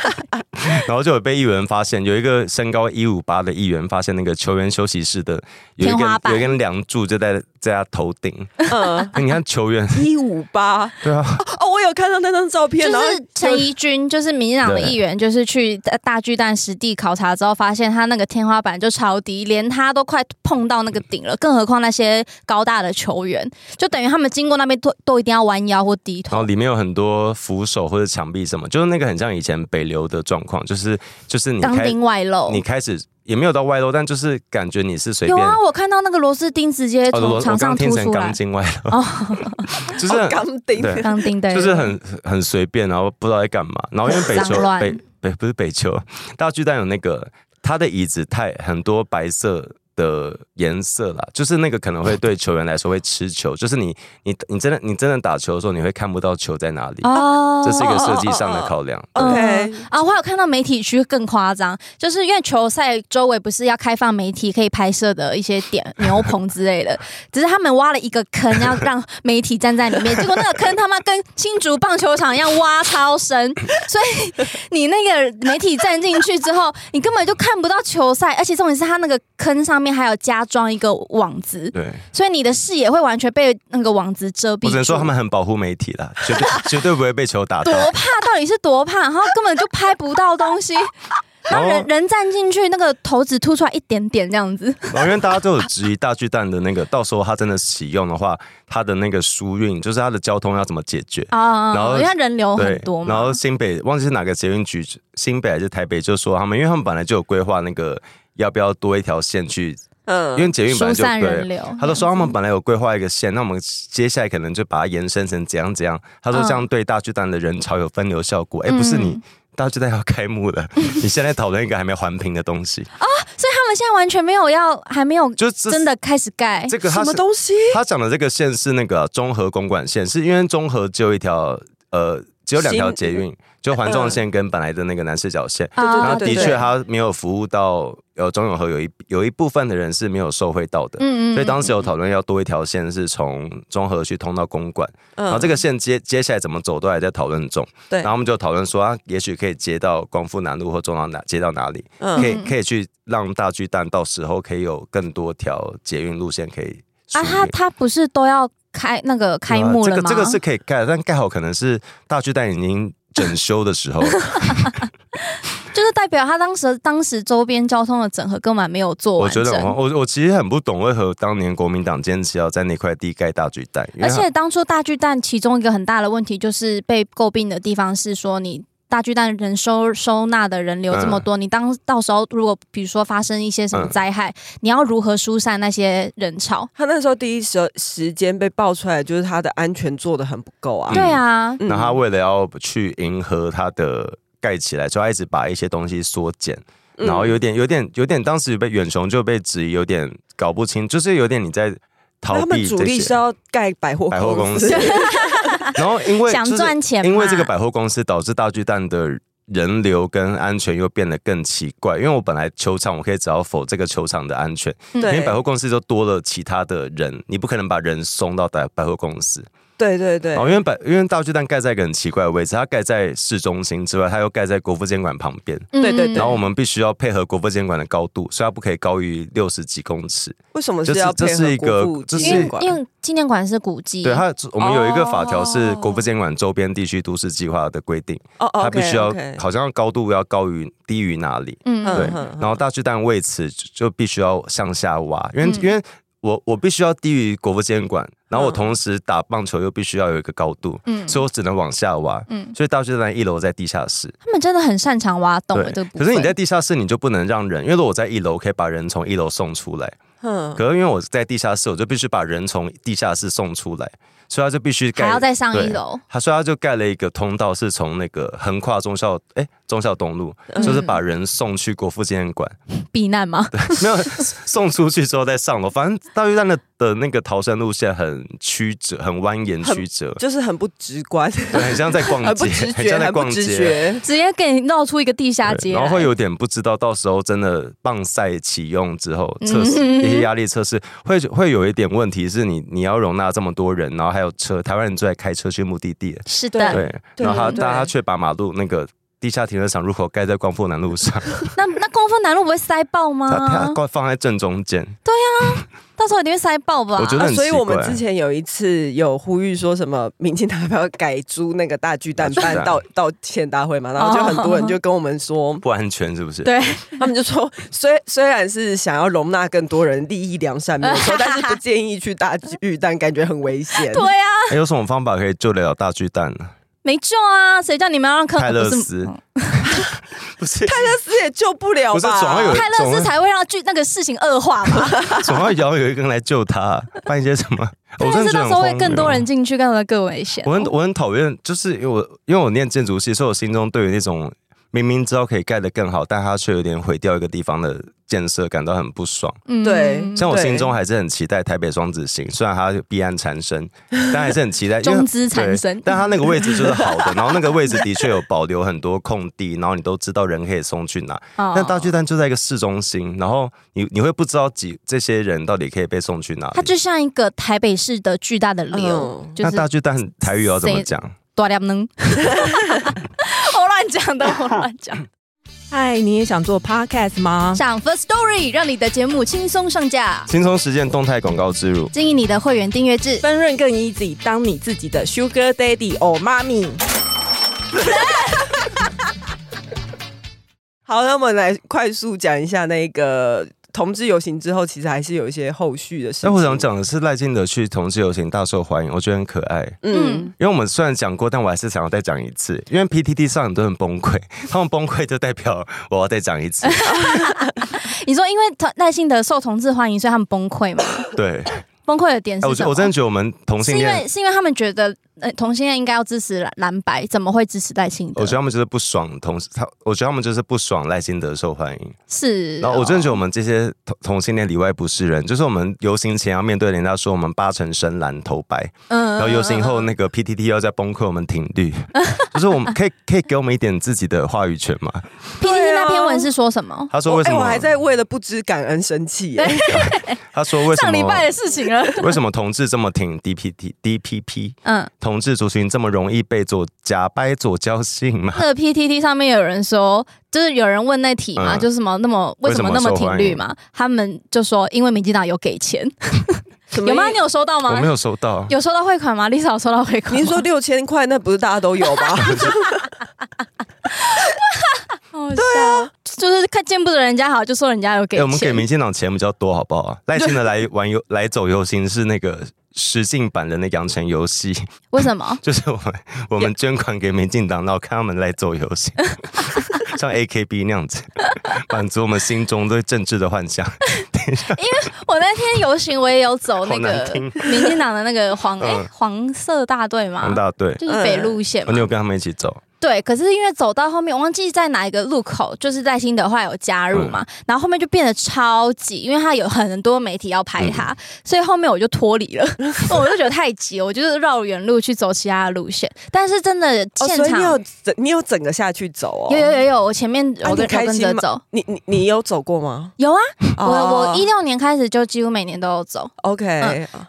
Speaker 2: 然后就有被议员发现，有一个身高一五八的议员发现那个球员休息室的有一
Speaker 3: 天花
Speaker 2: 根
Speaker 3: 板
Speaker 2: 有一根梁柱就在在他头顶，
Speaker 1: 嗯，
Speaker 2: 你看球员
Speaker 1: 一五八
Speaker 2: 对啊，
Speaker 1: 哦，我有看到那张照片，
Speaker 3: 就
Speaker 1: 然后
Speaker 3: 是陈怡君，就是民进党的
Speaker 2: 对
Speaker 3: 议员，就是去大大巨蛋实地考察之后，发现他那个天花板就超低，连他都快碰到那个顶了，更何况那些高大的球员，就等于他们经过那边都都一定要弯腰或低
Speaker 2: 然后
Speaker 3: 头。
Speaker 2: 里面有很多扶手或者墙壁什么，就是那个很像以前北流的状况，就是就是你
Speaker 3: 钢
Speaker 2: 开
Speaker 3: 钉外露，
Speaker 2: 你开始。也没有到外露，但就是感觉你是随
Speaker 3: 有
Speaker 2: 便。
Speaker 3: 啊，我看到那个螺丝钉直
Speaker 2: 哦，
Speaker 3: 接
Speaker 2: 我
Speaker 3: 从
Speaker 2: 我
Speaker 3: 墙
Speaker 2: 刚
Speaker 3: 上
Speaker 2: 刚听
Speaker 3: 凸
Speaker 2: 成
Speaker 3: 出来
Speaker 2: 钢，筋外露，
Speaker 3: 哦，
Speaker 2: 就是
Speaker 1: 哦
Speaker 2: 很
Speaker 1: 钢钉，
Speaker 2: 对
Speaker 3: 钢钉对，
Speaker 2: 就是很很随便，然后不知道在干嘛。然后因为北
Speaker 3: 脏
Speaker 2: 球
Speaker 3: 乱
Speaker 2: 北北不是北球，大巨蛋有那个它的椅子太很多白色。的颜色啦，就是那个可能会对球员来说会吃球，就是你你你真的你真的打球的时候，你会看不到球在哪里，
Speaker 3: 哦，
Speaker 2: 这是一个设计上的考量。
Speaker 1: 哦哦哦哦
Speaker 2: 对
Speaker 1: OK
Speaker 3: 啊，我还有看到媒体区更夸张，就是因为球赛周围不是要开放媒体可以拍摄的一些点，牛棚之类 的，只是他们挖了一个坑，要让媒体站在 里面，结果那个坑他妈跟新竹棒球场一样挖超深，所以你那个媒体站进去之后，你根本就看不到球赛，而且重点是他那个坑上面还有加装一个网子，
Speaker 2: 对，
Speaker 3: 所以你的视野会完全被那个网子遮蔽住。
Speaker 2: 我只能说他们很保护媒体啦，绝对绝对不哦会被球打到。
Speaker 3: 多怕到底是多怕，然后根本就拍不到 东西。然后人人站进去，那个头只凸出来一点点这样 子，
Speaker 2: 然后因为大家都有质疑大巨蛋的那个，到时候它真的启用的话，它的那个疏运，就是它的交通要怎么解决？
Speaker 3: 啊，
Speaker 2: 然后
Speaker 3: 因为它人流
Speaker 2: 对，
Speaker 3: 很多
Speaker 2: 然
Speaker 3: 嘛
Speaker 2: 后，新北忘记是哪个捷运局，新北还是台北，就说他们，因为他们本来就有规划那个要不要多一条线去，
Speaker 1: 嗯
Speaker 2: 因为捷运本
Speaker 3: 疏
Speaker 2: 来就
Speaker 3: 散
Speaker 2: 对。
Speaker 3: 人流。
Speaker 2: 他都说他们本来有规划一个线，那我们接下来可能就把它延伸成怎样怎样。他说这样对大巨蛋的人潮有分流效果。哎、不是你
Speaker 3: 嗯，
Speaker 2: 大巨蛋要开幕了，你现在讨论一个还没环评的东西，
Speaker 3: 所以他们现在完全没有要，还没有
Speaker 2: 就这
Speaker 3: 真的开始盖。
Speaker 2: 这个
Speaker 1: 什
Speaker 2: 他
Speaker 1: 么
Speaker 2: 是
Speaker 1: 东西？
Speaker 2: 他讲的这个线是那个中和公馆线，是因为中和只有一条呃只有两条
Speaker 1: 新
Speaker 2: 捷运，就环状线跟本来的那个南势角线。
Speaker 1: 对
Speaker 2: 然
Speaker 3: 啊
Speaker 2: 后的
Speaker 1: 对
Speaker 2: 确，他没有服务到呃中永和有一有一部分的人是没有受惠到的，
Speaker 3: 嗯
Speaker 2: 所以当时有讨论要多一条线是从中和去通到公馆，然
Speaker 1: 嗯
Speaker 2: 后这个线接接下来怎么走都还在讨论中。
Speaker 1: 对
Speaker 2: 然后我们就讨论说啊，也许可以接到光复南路或中央哪接到哪里，
Speaker 1: 嗯
Speaker 2: 可以可以去让大巨蛋到时候可以有更多条捷运路线可以
Speaker 3: 啊，
Speaker 2: 属于
Speaker 3: 他他不是都要开那个开幕了
Speaker 2: 啊这个
Speaker 3: 吗？
Speaker 2: 这个是可以盖，但盖好可能是大巨蛋已经整修的 时候。
Speaker 3: 就是代表他当时当时周边交通的整合根本没有做
Speaker 2: 我
Speaker 3: 完
Speaker 2: 觉
Speaker 3: 整
Speaker 2: 得。哦我我我其实很不懂为何当年国民党坚持要在那块地盖大巨蛋，因为
Speaker 3: 而
Speaker 2: 它
Speaker 3: 且当初大巨蛋其中一个很大的问题就是被诟病的地方是说你。大巨蛋人收收纳的人流这么多，你当到时候如果比如说发生一些什么
Speaker 2: 嗯
Speaker 3: 灾害，你要如何疏散那些人潮？
Speaker 1: 他那时候第一时时间被爆出来，就是他的安全做的很不够啊。
Speaker 3: 对啊，
Speaker 1: 嗯
Speaker 2: 那他为了要去迎合它的盖起来，所以他一直把一些东西缩减，
Speaker 1: 嗯
Speaker 2: 然后有点有点有点，当时被远雄就被质疑，有点搞不清，就是有点你在逃
Speaker 1: 那他们
Speaker 2: 避
Speaker 1: 主
Speaker 2: 这
Speaker 1: 力是
Speaker 2: 些。
Speaker 1: 要盖百货
Speaker 2: 百货 公司然后因为
Speaker 3: 想
Speaker 2: 就是
Speaker 3: 赚钱嘛，
Speaker 2: 因为这个百货公司导致大巨蛋的人流跟安全又变得更奇怪。因为我本来球场我可以只要否这个球场的安全，因
Speaker 3: 嗯
Speaker 2: 为
Speaker 1: 对
Speaker 2: 百货公司就多了其他的人，你不可能把人送到百百货公司。哦
Speaker 1: 对对对
Speaker 2: 然，后因为百因为大巨蛋盖在一个很奇怪的位置，它盖在市中心之外，它又盖在国父监管旁边。
Speaker 3: 嗯
Speaker 1: 对对对
Speaker 2: 然后我们必须要配合国父监管的高度，所以它不可以高于六十几公尺。
Speaker 1: 为什么
Speaker 2: 这
Speaker 1: 是
Speaker 2: 是
Speaker 1: 要配
Speaker 2: 这是一
Speaker 1: 合
Speaker 2: 个
Speaker 1: 国父
Speaker 2: 这是
Speaker 1: 纪
Speaker 3: 因
Speaker 1: 念
Speaker 3: 为
Speaker 1: 馆？
Speaker 3: 因为纪念馆是古迹，
Speaker 2: 对它，我们有一个法条是
Speaker 3: 哦
Speaker 2: 国父监管周边地区都市计划的规定，
Speaker 1: 哦哦，
Speaker 2: 它必须要
Speaker 1: OK，OK
Speaker 2: 好像高度要高于低于哪里。
Speaker 3: 嗯
Speaker 2: 对
Speaker 1: 嗯嗯，
Speaker 2: 然后大巨蛋为此就就必须要向下挖，因为、
Speaker 3: 嗯
Speaker 2: 因为我我必须要低于国父监管，然后我
Speaker 1: 嗯
Speaker 2: 同时打棒球又必须要有一个高度，
Speaker 3: 嗯
Speaker 2: 所以我只能往下挖。
Speaker 3: 嗯，
Speaker 2: 所以大巨蛋一楼在地下室，
Speaker 3: 他们真的很擅长挖洞的这个部
Speaker 2: 可
Speaker 3: 分。
Speaker 2: 是你在地下室你就不能让人，因为如果我在一楼，我可以把人从一楼送出来，
Speaker 1: 嗯
Speaker 2: 可是因为我在地下室，我就必须把人从地下室送出来，所以他就必须盖
Speaker 3: 还要再上
Speaker 2: 对
Speaker 3: 一楼，
Speaker 2: 他说他就盖了一个通道，是从那个横跨中校哎中校东路，
Speaker 1: 嗯
Speaker 2: 就是把人送去国父纪念馆，
Speaker 3: 避难吗？
Speaker 2: 没有送出去之后再上楼。反正大巨蛋的的那个逃生路线很曲折，很蜿蜒曲折，
Speaker 1: 就是很不直观，
Speaker 2: 对很像在逛
Speaker 1: 很不
Speaker 2: 街，
Speaker 1: 直
Speaker 2: 很
Speaker 1: 觉，
Speaker 2: 像在
Speaker 1: 很不
Speaker 2: 逛
Speaker 1: 直
Speaker 2: 街。
Speaker 1: 觉。
Speaker 3: 直接给你绕出一个地下
Speaker 2: 对
Speaker 3: 街来，
Speaker 2: 然后会有点不知道，到时候真的棒赛启用之后，
Speaker 3: 嗯
Speaker 2: 测试一些压力测试，会会有一点问题，是你你要容纳这么多人，然后还有车，台湾人最爱开车去目的地，
Speaker 3: 是
Speaker 1: 对
Speaker 3: 的，
Speaker 2: 对，然后他
Speaker 1: 对
Speaker 2: 但他却把马路那个地下停车场入口盖在光复南路上，
Speaker 3: 那那功夫南路不会塞爆吗？
Speaker 2: 他他挂放在正中间，
Speaker 3: 到时候一定会塞爆吧？
Speaker 2: 我觉得很
Speaker 1: 啊所以
Speaker 2: 奇
Speaker 1: 我们
Speaker 2: 怪
Speaker 1: 之前有一次有呼吁说什么，民进党要不要改租那个大巨蛋
Speaker 2: 大巨蛋
Speaker 1: 办道道歉大会嘛，然后
Speaker 3: 哦
Speaker 1: 就很多人就跟我们说，
Speaker 2: 不安全是不是？
Speaker 3: 对，
Speaker 1: 他们就说， 虽虽然是想要容纳更多人，利益良善没有 错，但是不建议去大巨蛋，感觉很危险。
Speaker 3: 对啊，
Speaker 2: 哎有什么方法可以救得了大巨蛋呢？
Speaker 3: 没救啊！谁叫你们要让客
Speaker 2: 泰
Speaker 3: 人
Speaker 2: 勒嗯
Speaker 3: 不是
Speaker 2: 斯
Speaker 3: 嗯
Speaker 2: 不是
Speaker 1: 泰勒斯也救不了吧？
Speaker 2: 不是总要有
Speaker 3: 泰勒斯才会让剧那个事情恶化嘛。
Speaker 2: 总要摇有一个人来救 他，办一些什么？ 我
Speaker 3: 泰
Speaker 2: 真的
Speaker 3: 勒 斯
Speaker 2: 觉得
Speaker 3: 到
Speaker 2: 很
Speaker 3: 时候会
Speaker 2: 荒
Speaker 3: 更多
Speaker 2: 谬
Speaker 3: 人进去，更多更危险。
Speaker 2: 我很我很讨厌，就是因为我因为我念建筑系，所以我心中对于那种明明知道可以盖得更好，但它却有点毁掉一个地方的建设感到很不爽。
Speaker 3: 嗯
Speaker 1: 对
Speaker 2: 像我
Speaker 1: 对
Speaker 2: 心中还是很期待台北双子星，虽然它必然缠身，但还是很期 待。因为
Speaker 3: 中资缠身
Speaker 2: 对但它那个位置就是好的，然后那个位置的确有保留很多空地，然后你都知道人可以送去哪。
Speaker 3: 哦
Speaker 2: 但大巨蛋就在一个市中心，然后你你会不知道几这些人到底可以被送去哪
Speaker 3: 它
Speaker 2: 里。
Speaker 3: 就像一个台北市的巨大的流，
Speaker 1: 嗯
Speaker 3: 就
Speaker 2: 那
Speaker 3: 是
Speaker 2: 大巨蛋台语要怎么
Speaker 3: 谁
Speaker 2: 讲？
Speaker 3: 大量能。我乱 讲的，我乱讲。
Speaker 1: 嗨，你也想做 podcast 吗？
Speaker 3: 上 First Story 让你的节目轻松上架，
Speaker 2: 轻松实践动态广告植入。
Speaker 3: 经营你的会员订阅制。
Speaker 1: 分润更 easy，当你自己的 sugar daddy or mommy。好，那我们来快速讲一下那个同志游行之后，其实还是有一些后续的事情。
Speaker 2: 但我想，讲的是赖清德去同志游行大受欢迎，我觉得很可爱。
Speaker 1: 嗯，
Speaker 2: 因为我们虽然讲过，但我还是想要再讲一次，因为 PTT 上很多人崩溃， 他们崩溃就代表我要再讲 一次。
Speaker 3: 你说，因为他赖幸德受同志欢迎，所以他们崩 溃嘛？
Speaker 2: 对，哎
Speaker 3: 崩溃的点是
Speaker 2: 我
Speaker 3: 什
Speaker 2: 觉
Speaker 3: 么？
Speaker 2: 我真的觉得我们同性
Speaker 3: 是因
Speaker 2: 恋，
Speaker 3: 为是因为他们觉得，呃，同性恋应该要支持蓝蓝白，怎么会支持赖幸德？
Speaker 2: 我觉得他们就是不爽同，他我觉得他们就是不爽赖清德受欢迎。
Speaker 3: 是哦，
Speaker 2: 然后我真的觉得我们这些同同性恋里外不是人，就是我们游行前要面对人家说我们八成深蓝头白，
Speaker 3: 嗯
Speaker 2: 然后游行后
Speaker 3: 嗯嗯
Speaker 2: 那个 PTT 要再崩溃我们挺 绿，就是我们可以可以给我们一点自己的话语权嘛？
Speaker 3: 嗯 PPT 那篇文是说什么？
Speaker 2: 他说
Speaker 1: 我
Speaker 2: 为
Speaker 1: 哎、
Speaker 2: 什么？
Speaker 1: 我还在为了不知感恩生气耶、
Speaker 2: 他说为什么
Speaker 3: 上礼拜的事情了，啊
Speaker 2: 为什么同志这么挺 DPT DPP
Speaker 3: 嗯，
Speaker 2: 同志族群这么容易被左假掰左交性嘛？
Speaker 3: 那个 PTT 上面有人说，就是有人问那题嘛，
Speaker 2: 嗯
Speaker 3: 就是什么那么为什么那么挺绿嘛？他们就说因为民进党有给钱，
Speaker 1: 什么
Speaker 3: 有
Speaker 1: 意
Speaker 3: 吗？你？有收到
Speaker 2: 我
Speaker 3: 吗
Speaker 2: 没？有收到，
Speaker 3: 有收到汇款吗？Lisa 有收到汇款吗？
Speaker 1: 您说六千块，那不是大家都有 哦吧？
Speaker 3: 对啊， 就是看见不得人家好，就说人家有给
Speaker 2: 哎、我们给
Speaker 3: 钱。
Speaker 2: 民进党钱比较多，好不好啊？赖清德来玩游来走游行是那个实境版的那养成游戏，
Speaker 3: 为什么？
Speaker 2: 就是我们我们捐款给民进党，然后看他们来走游 行，像 AKB 那样子，满足我们心中对政治的幻想。
Speaker 3: 我那天游行我也有走那
Speaker 2: 好
Speaker 3: 个
Speaker 2: 难听
Speaker 3: 民进党的那个 黄哎
Speaker 2: 嗯
Speaker 3: 黄色大队嘛
Speaker 2: 黄，大队，嗯
Speaker 3: 就是北路线
Speaker 2: 我
Speaker 3: 啊嘛
Speaker 2: 你。有跟他们一起走？
Speaker 3: 对，可是因为走到后面，我忘记在哪一个路口，就是在新德后来有加入嘛，
Speaker 2: 嗯
Speaker 3: 然后后面就变得超级，因为他有很多媒体要拍
Speaker 2: 嗯
Speaker 3: 他，所以后面我就脱离 了，我就觉得太急了，我就是绕远路去走其他的路线。但是真的
Speaker 1: 哦，
Speaker 3: 现
Speaker 1: 所以
Speaker 3: 场、
Speaker 1: 你有整，你有整个下去走哦。
Speaker 3: 有有有有，我前面
Speaker 1: 啊
Speaker 3: 我跟、
Speaker 1: 你开
Speaker 3: 我跟
Speaker 1: 心
Speaker 3: 着
Speaker 1: 吗
Speaker 3: 走，
Speaker 1: 你你你有走过吗？
Speaker 3: 有啊，我
Speaker 1: 哦
Speaker 3: 我一六年开始就几乎每年都有走，
Speaker 1: OK，、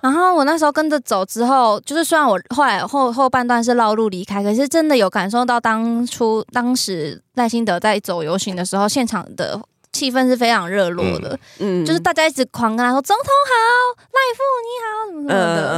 Speaker 3: 然后我那时候跟着走之后，就是虽然我后来后后半段是绕路离开，可是真的有感受到当初当时赖辛德在走游行的时候，现场的气氛是非常热络的，
Speaker 1: 嗯
Speaker 3: 就是大家一直狂跟他说“总统好，赖副你好”什么什么的。
Speaker 1: 嗯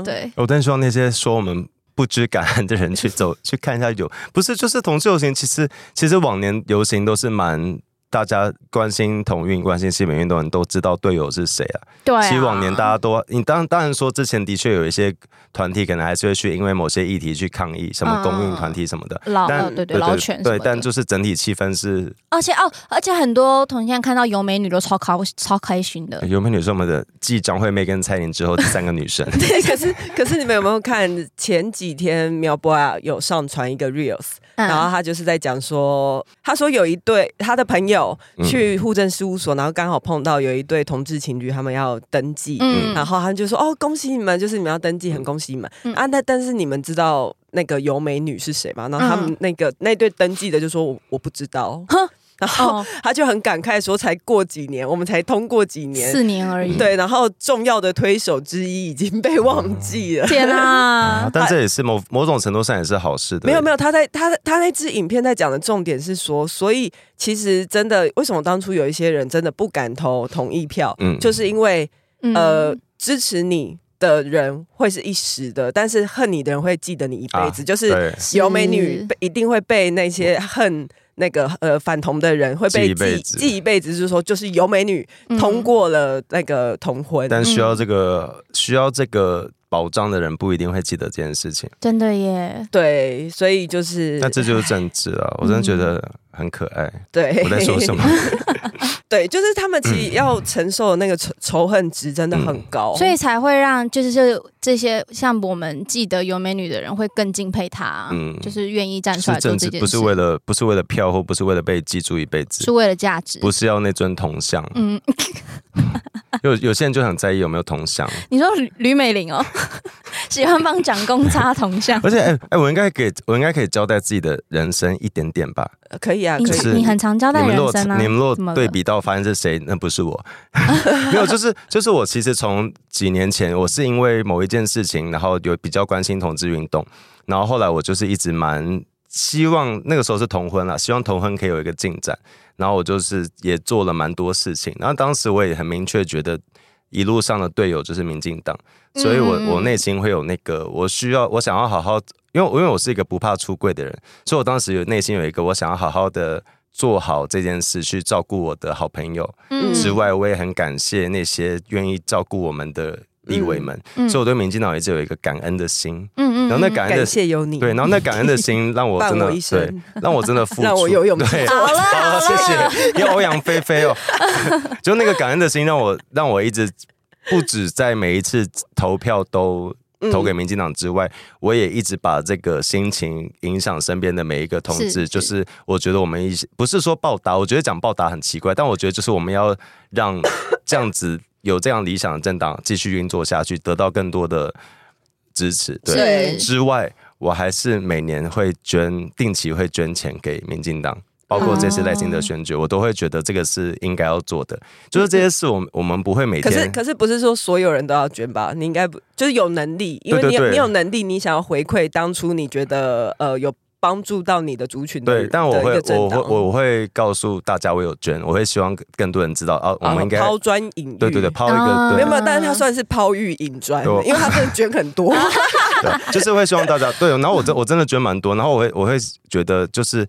Speaker 1: 嗯
Speaker 3: 对，
Speaker 2: 我哦真希望那些说我们不知感恩的人去走去看一下有， 不是就是同志游行，其实其实往年游行都是蛮。大家关心同运、关心西北运动的人都知道队友是谁啊。
Speaker 3: 对啊
Speaker 2: 其实往年大家都，你当当然说之前的确有一些团体可能还是会去因为某些议题去抗议，什么公运团体什么的。
Speaker 3: 老
Speaker 2: 但
Speaker 3: 呃嗯对对老犬什么
Speaker 2: 对，
Speaker 3: 的
Speaker 2: 但就是整体气氛是
Speaker 3: 而且哦，而且很多同性恋看到有美女都超开超开心的。
Speaker 2: 哎有没有女生我们的继张惠妹跟蔡琳之后第三个女生，
Speaker 1: 对，可是可是你们有没有看前几天苗博雅有上传一个 reels，、然后哎
Speaker 3: 嗯，
Speaker 1: 他就是在讲说，他说有一对他的朋友去户政事务所，然后刚好碰到有一对同志情侣，他们要登记，
Speaker 3: 嗯
Speaker 1: 然后他们就说哦恭喜你们，就是你们要登记，很恭喜你们、
Speaker 3: 嗯
Speaker 1: 啊。那但是你们知道那个尤美女是谁吗？然后他
Speaker 3: 嗯
Speaker 1: 们那个、那对登记的就说我我不知道，然后
Speaker 3: 哦，
Speaker 1: 他就很感慨说，才过几年，我们才通过几年，
Speaker 3: 四年而已。
Speaker 1: 对，然后重要的推手之一已经被忘记了。
Speaker 3: 天 啊！
Speaker 2: 但这也是某某种程度上也是好事的。
Speaker 1: 没有没有，他在他他那支影片在讲的重点是说，所以其实真的，为什么当初有一些人真的不敢投同意票，
Speaker 2: 嗯
Speaker 1: 就是因为
Speaker 3: 嗯
Speaker 1: 呃、支持你的人会是一时的，但是恨你的人会记得你一辈子，
Speaker 2: 啊
Speaker 1: 就是
Speaker 2: 对
Speaker 1: 有美女被一定会被那些恨。那个呃反同的人会被
Speaker 2: 记一辈
Speaker 1: 记
Speaker 2: 子
Speaker 1: 记一辈子，就是说，就是有美女
Speaker 3: 嗯
Speaker 1: 通过了那个同婚，
Speaker 2: 但需要这个、需要这个保障的人不一定会记得这件事情，
Speaker 3: 真的耶，
Speaker 1: 对，所以就是
Speaker 3: 嗯
Speaker 2: 那这就是政治啊！我真的觉得，很可 爱。
Speaker 1: 对，
Speaker 2: 我在说什么？嗯
Speaker 1: 对，就是他们其实要承受的那个仇仇恨值真的很
Speaker 2: 哦
Speaker 1: 高，
Speaker 3: 所以才会让就是这些像我们记得有美女的人会更敬佩她，
Speaker 2: 嗯
Speaker 3: 就是愿意站出
Speaker 2: 是
Speaker 3: 来做
Speaker 2: 政
Speaker 3: 这
Speaker 2: 治，
Speaker 3: 件
Speaker 2: 不是，
Speaker 3: 事
Speaker 2: 为了不是为了票，或不是为了被记住一辈子
Speaker 3: 是，为了价值。
Speaker 2: 不是要那尊铜像。
Speaker 3: 嗯，
Speaker 2: 有有些人就很在意有没有铜像，
Speaker 3: 你说吕吕美玲 哦，喜欢帮蒋公擦铜像，
Speaker 2: 而且哎哎、我应该给我应该可以交代自己的人生一点点吧。
Speaker 1: 可以啊，
Speaker 3: 你
Speaker 1: 可
Speaker 2: 就是
Speaker 1: 以。
Speaker 3: 你很常交代
Speaker 2: 你们
Speaker 3: 人
Speaker 2: 若
Speaker 3: 生啊，
Speaker 2: 你们若
Speaker 3: 怎么了
Speaker 2: 对比到发现是谁，那不是我， 没有，就是就是我其实从几年前，我是因为某一件事情，然后有比较关心同志运动，然后后来我就是一直蛮希望那个时候是同婚啦，希望同婚可以有一个进展，然后我就是也做了蛮多事情，然后当时我也很明确觉得一路上的队友就是民进党，所以我
Speaker 3: 嗯
Speaker 2: 我内心会有那个我需要我想要好好，因为因为我是一个不怕出柜的人，所以我当时有内心有一个我想要好好的做好这件事，去照顾我的好朋友
Speaker 3: 嗯
Speaker 2: 之外，我也很感谢那些愿意照顾我们的立委们，
Speaker 3: 嗯
Speaker 2: 所以我对民进党一直有一个感恩的心，
Speaker 3: 嗯
Speaker 2: 然后那感恩
Speaker 1: 感
Speaker 2: 的
Speaker 1: 谢有你，
Speaker 2: 对，然后那感恩的心 让我
Speaker 1: 伴
Speaker 2: 真的
Speaker 1: 我一
Speaker 2: 对
Speaker 1: 生，
Speaker 2: 让我真的付 出，
Speaker 1: 让我有勇气
Speaker 2: 对，
Speaker 3: 好了
Speaker 2: 好
Speaker 3: 好了，
Speaker 2: 谢谢，要欧阳菲 菲哦。就那个感恩的心，让我让我一直不止在每一次投票都
Speaker 1: 嗯
Speaker 2: 投给民进党之外，我也一直把这个心情影响身边的每一个同志。
Speaker 3: 是
Speaker 2: 就是我觉得我们一些不是说报答，我觉得讲报答很奇怪，但我觉得就是我们要让这样子有这样理想的政党继续运作下去，得到更多的支持。对，
Speaker 1: 对
Speaker 3: 是
Speaker 2: 之外，我还是每年会捐，定期会捐钱给民进党，包括这次赖清德选举，我都会觉得这个是应该要做的。就是这些事，我们我们不会 每
Speaker 1: 可是
Speaker 2: 天。
Speaker 1: 可是不是说所有人都要捐吧？你应该不就是有能力，因为
Speaker 2: 对
Speaker 1: 你
Speaker 2: 对
Speaker 1: 有
Speaker 2: 对
Speaker 1: 你有能力，你想要回馈当初你觉得呃有帮助到你的族群的
Speaker 2: 对，但我
Speaker 1: 的一
Speaker 2: 会
Speaker 1: 个，嗯政
Speaker 2: 我会，
Speaker 1: 党
Speaker 2: 我会告诉大家我有捐，我会希望更多人知道啊，我们应该
Speaker 1: 啊，抛砖引玉，
Speaker 2: 对对对，抛一
Speaker 3: 啊
Speaker 2: 个
Speaker 1: 没
Speaker 2: 对
Speaker 1: 有，没有，但是他算是抛玉引砖，
Speaker 2: 对
Speaker 1: 因为他真的捐很多，
Speaker 2: 对，就是会希望大家对。然后我真我真的捐蛮多，然后我会我会觉得就是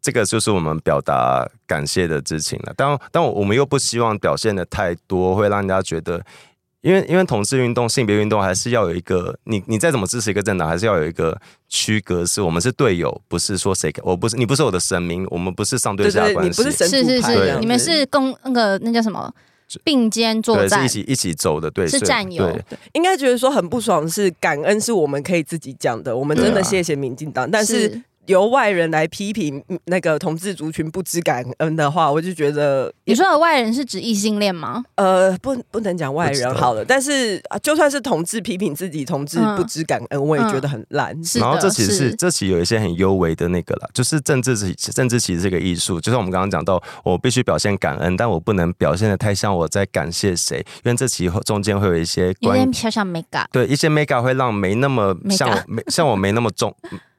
Speaker 2: 这个就是我们表达感谢的之情了。但但我们又不希望表现的太多，会让人家觉得。因为因为同志运动、性别运动还是要有一个你你再怎么支持一个政党，还是要有一个区隔，是我们是队友，不是说谁我不是你不是我的神明，我们不是 上对
Speaker 1: 对
Speaker 2: 下的
Speaker 1: 对，
Speaker 2: 关
Speaker 1: 你
Speaker 2: 系，
Speaker 1: 不是神
Speaker 3: 是
Speaker 1: 主
Speaker 3: 是
Speaker 1: 牌这样
Speaker 3: 是，
Speaker 1: 子，
Speaker 3: 你们是共那个那叫什么并肩作
Speaker 2: 对是
Speaker 3: 战
Speaker 2: 一，起一起走的对，
Speaker 3: 是
Speaker 2: 所以
Speaker 3: 战友
Speaker 2: 对
Speaker 1: 应该觉得说很不爽，是感恩是我们可以自己讲的，我们真
Speaker 2: 对
Speaker 1: 的
Speaker 2: 啊
Speaker 1: 谢谢民进党，但是由外人来批评嗯那个同志族群不知感恩的话，我就觉得
Speaker 3: 你说的外人是指异性恋吗？
Speaker 1: 呃不不能讲外
Speaker 2: 不知
Speaker 1: 人
Speaker 2: 道
Speaker 1: 好了，但是啊就算是同志批评自己同志
Speaker 3: 嗯
Speaker 1: 不知感恩，我也觉得很烂。
Speaker 3: 是的，
Speaker 2: 然后这其实是
Speaker 3: 是
Speaker 2: 这其实有一些很幽微的那个啦，就是政治其政治其实是一个艺术，就像我们刚刚讲到，我必须表现感恩，但我不能表现的太像我在感谢谁，因为这其实中间会有一些
Speaker 3: 有
Speaker 2: 关于
Speaker 3: 点小小 make up。
Speaker 2: 对一些 mega 会让没那么
Speaker 3: Mega
Speaker 2: 像我没像我没那么忠。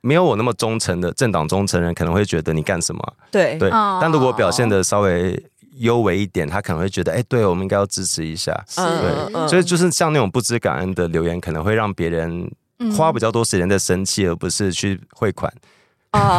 Speaker 2: 没有我那么忠诚的政党忠诚人，可能会觉得你干什么啊、
Speaker 1: 对
Speaker 2: 对，
Speaker 3: 哦
Speaker 2: 但如果表现的稍微幽微一点，他可能会觉得，哎，对我们应该要支持一下。
Speaker 1: 嗯
Speaker 3: 是
Speaker 1: 嗯
Speaker 2: 所以就是像那种不知感恩的留言，可能会让别人
Speaker 3: 嗯
Speaker 2: 花比较多时间在生气，而不是去汇款。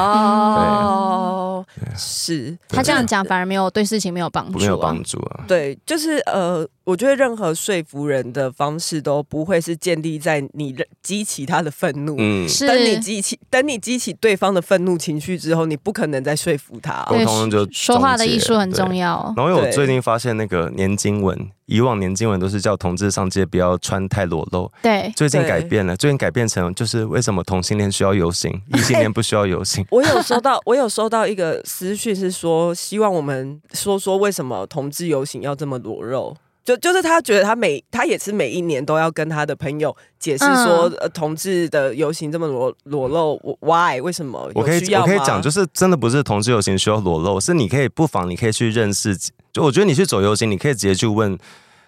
Speaker 1: 哦，是
Speaker 3: 他这样讲反而没有对事情没有帮助、啊，
Speaker 2: 没有帮助啊。
Speaker 1: 对，就是呃，我觉得任何说服人的方式都不会是建立在你认激起他的愤怒。
Speaker 2: 嗯，
Speaker 3: 是
Speaker 1: 等你激起，等你激起对方的愤怒情绪之后，你不可能再说服他、
Speaker 2: 沟
Speaker 3: 对
Speaker 2: 通就
Speaker 3: 说话的艺术很重
Speaker 2: 要。
Speaker 3: 要。
Speaker 2: 然后因为
Speaker 1: 对
Speaker 2: 我最近发现那个年经文，以往年经文都是叫同志上街不要穿太裸露，
Speaker 3: 对，
Speaker 2: 最近
Speaker 1: 对。
Speaker 2: 改变了，最近改变成就是为什么同性恋需要游行，异性恋不需要游行
Speaker 1: 我有收到， 我有收到一个私讯是说，希望我们说说为什么同志游行要这么裸露。就就是他觉得他每他也是每一年都要跟他的朋友解释说，
Speaker 3: 嗯
Speaker 1: 呃，同志的游行这么裸裸露我，why 为什么？
Speaker 2: 我可以
Speaker 1: 有需要
Speaker 2: 我
Speaker 1: 吗
Speaker 2: 可以讲，就是真的不是同志游行需要裸露，是你可以不妨你可以去认识，就我觉得你去走游行，你可以直接去问。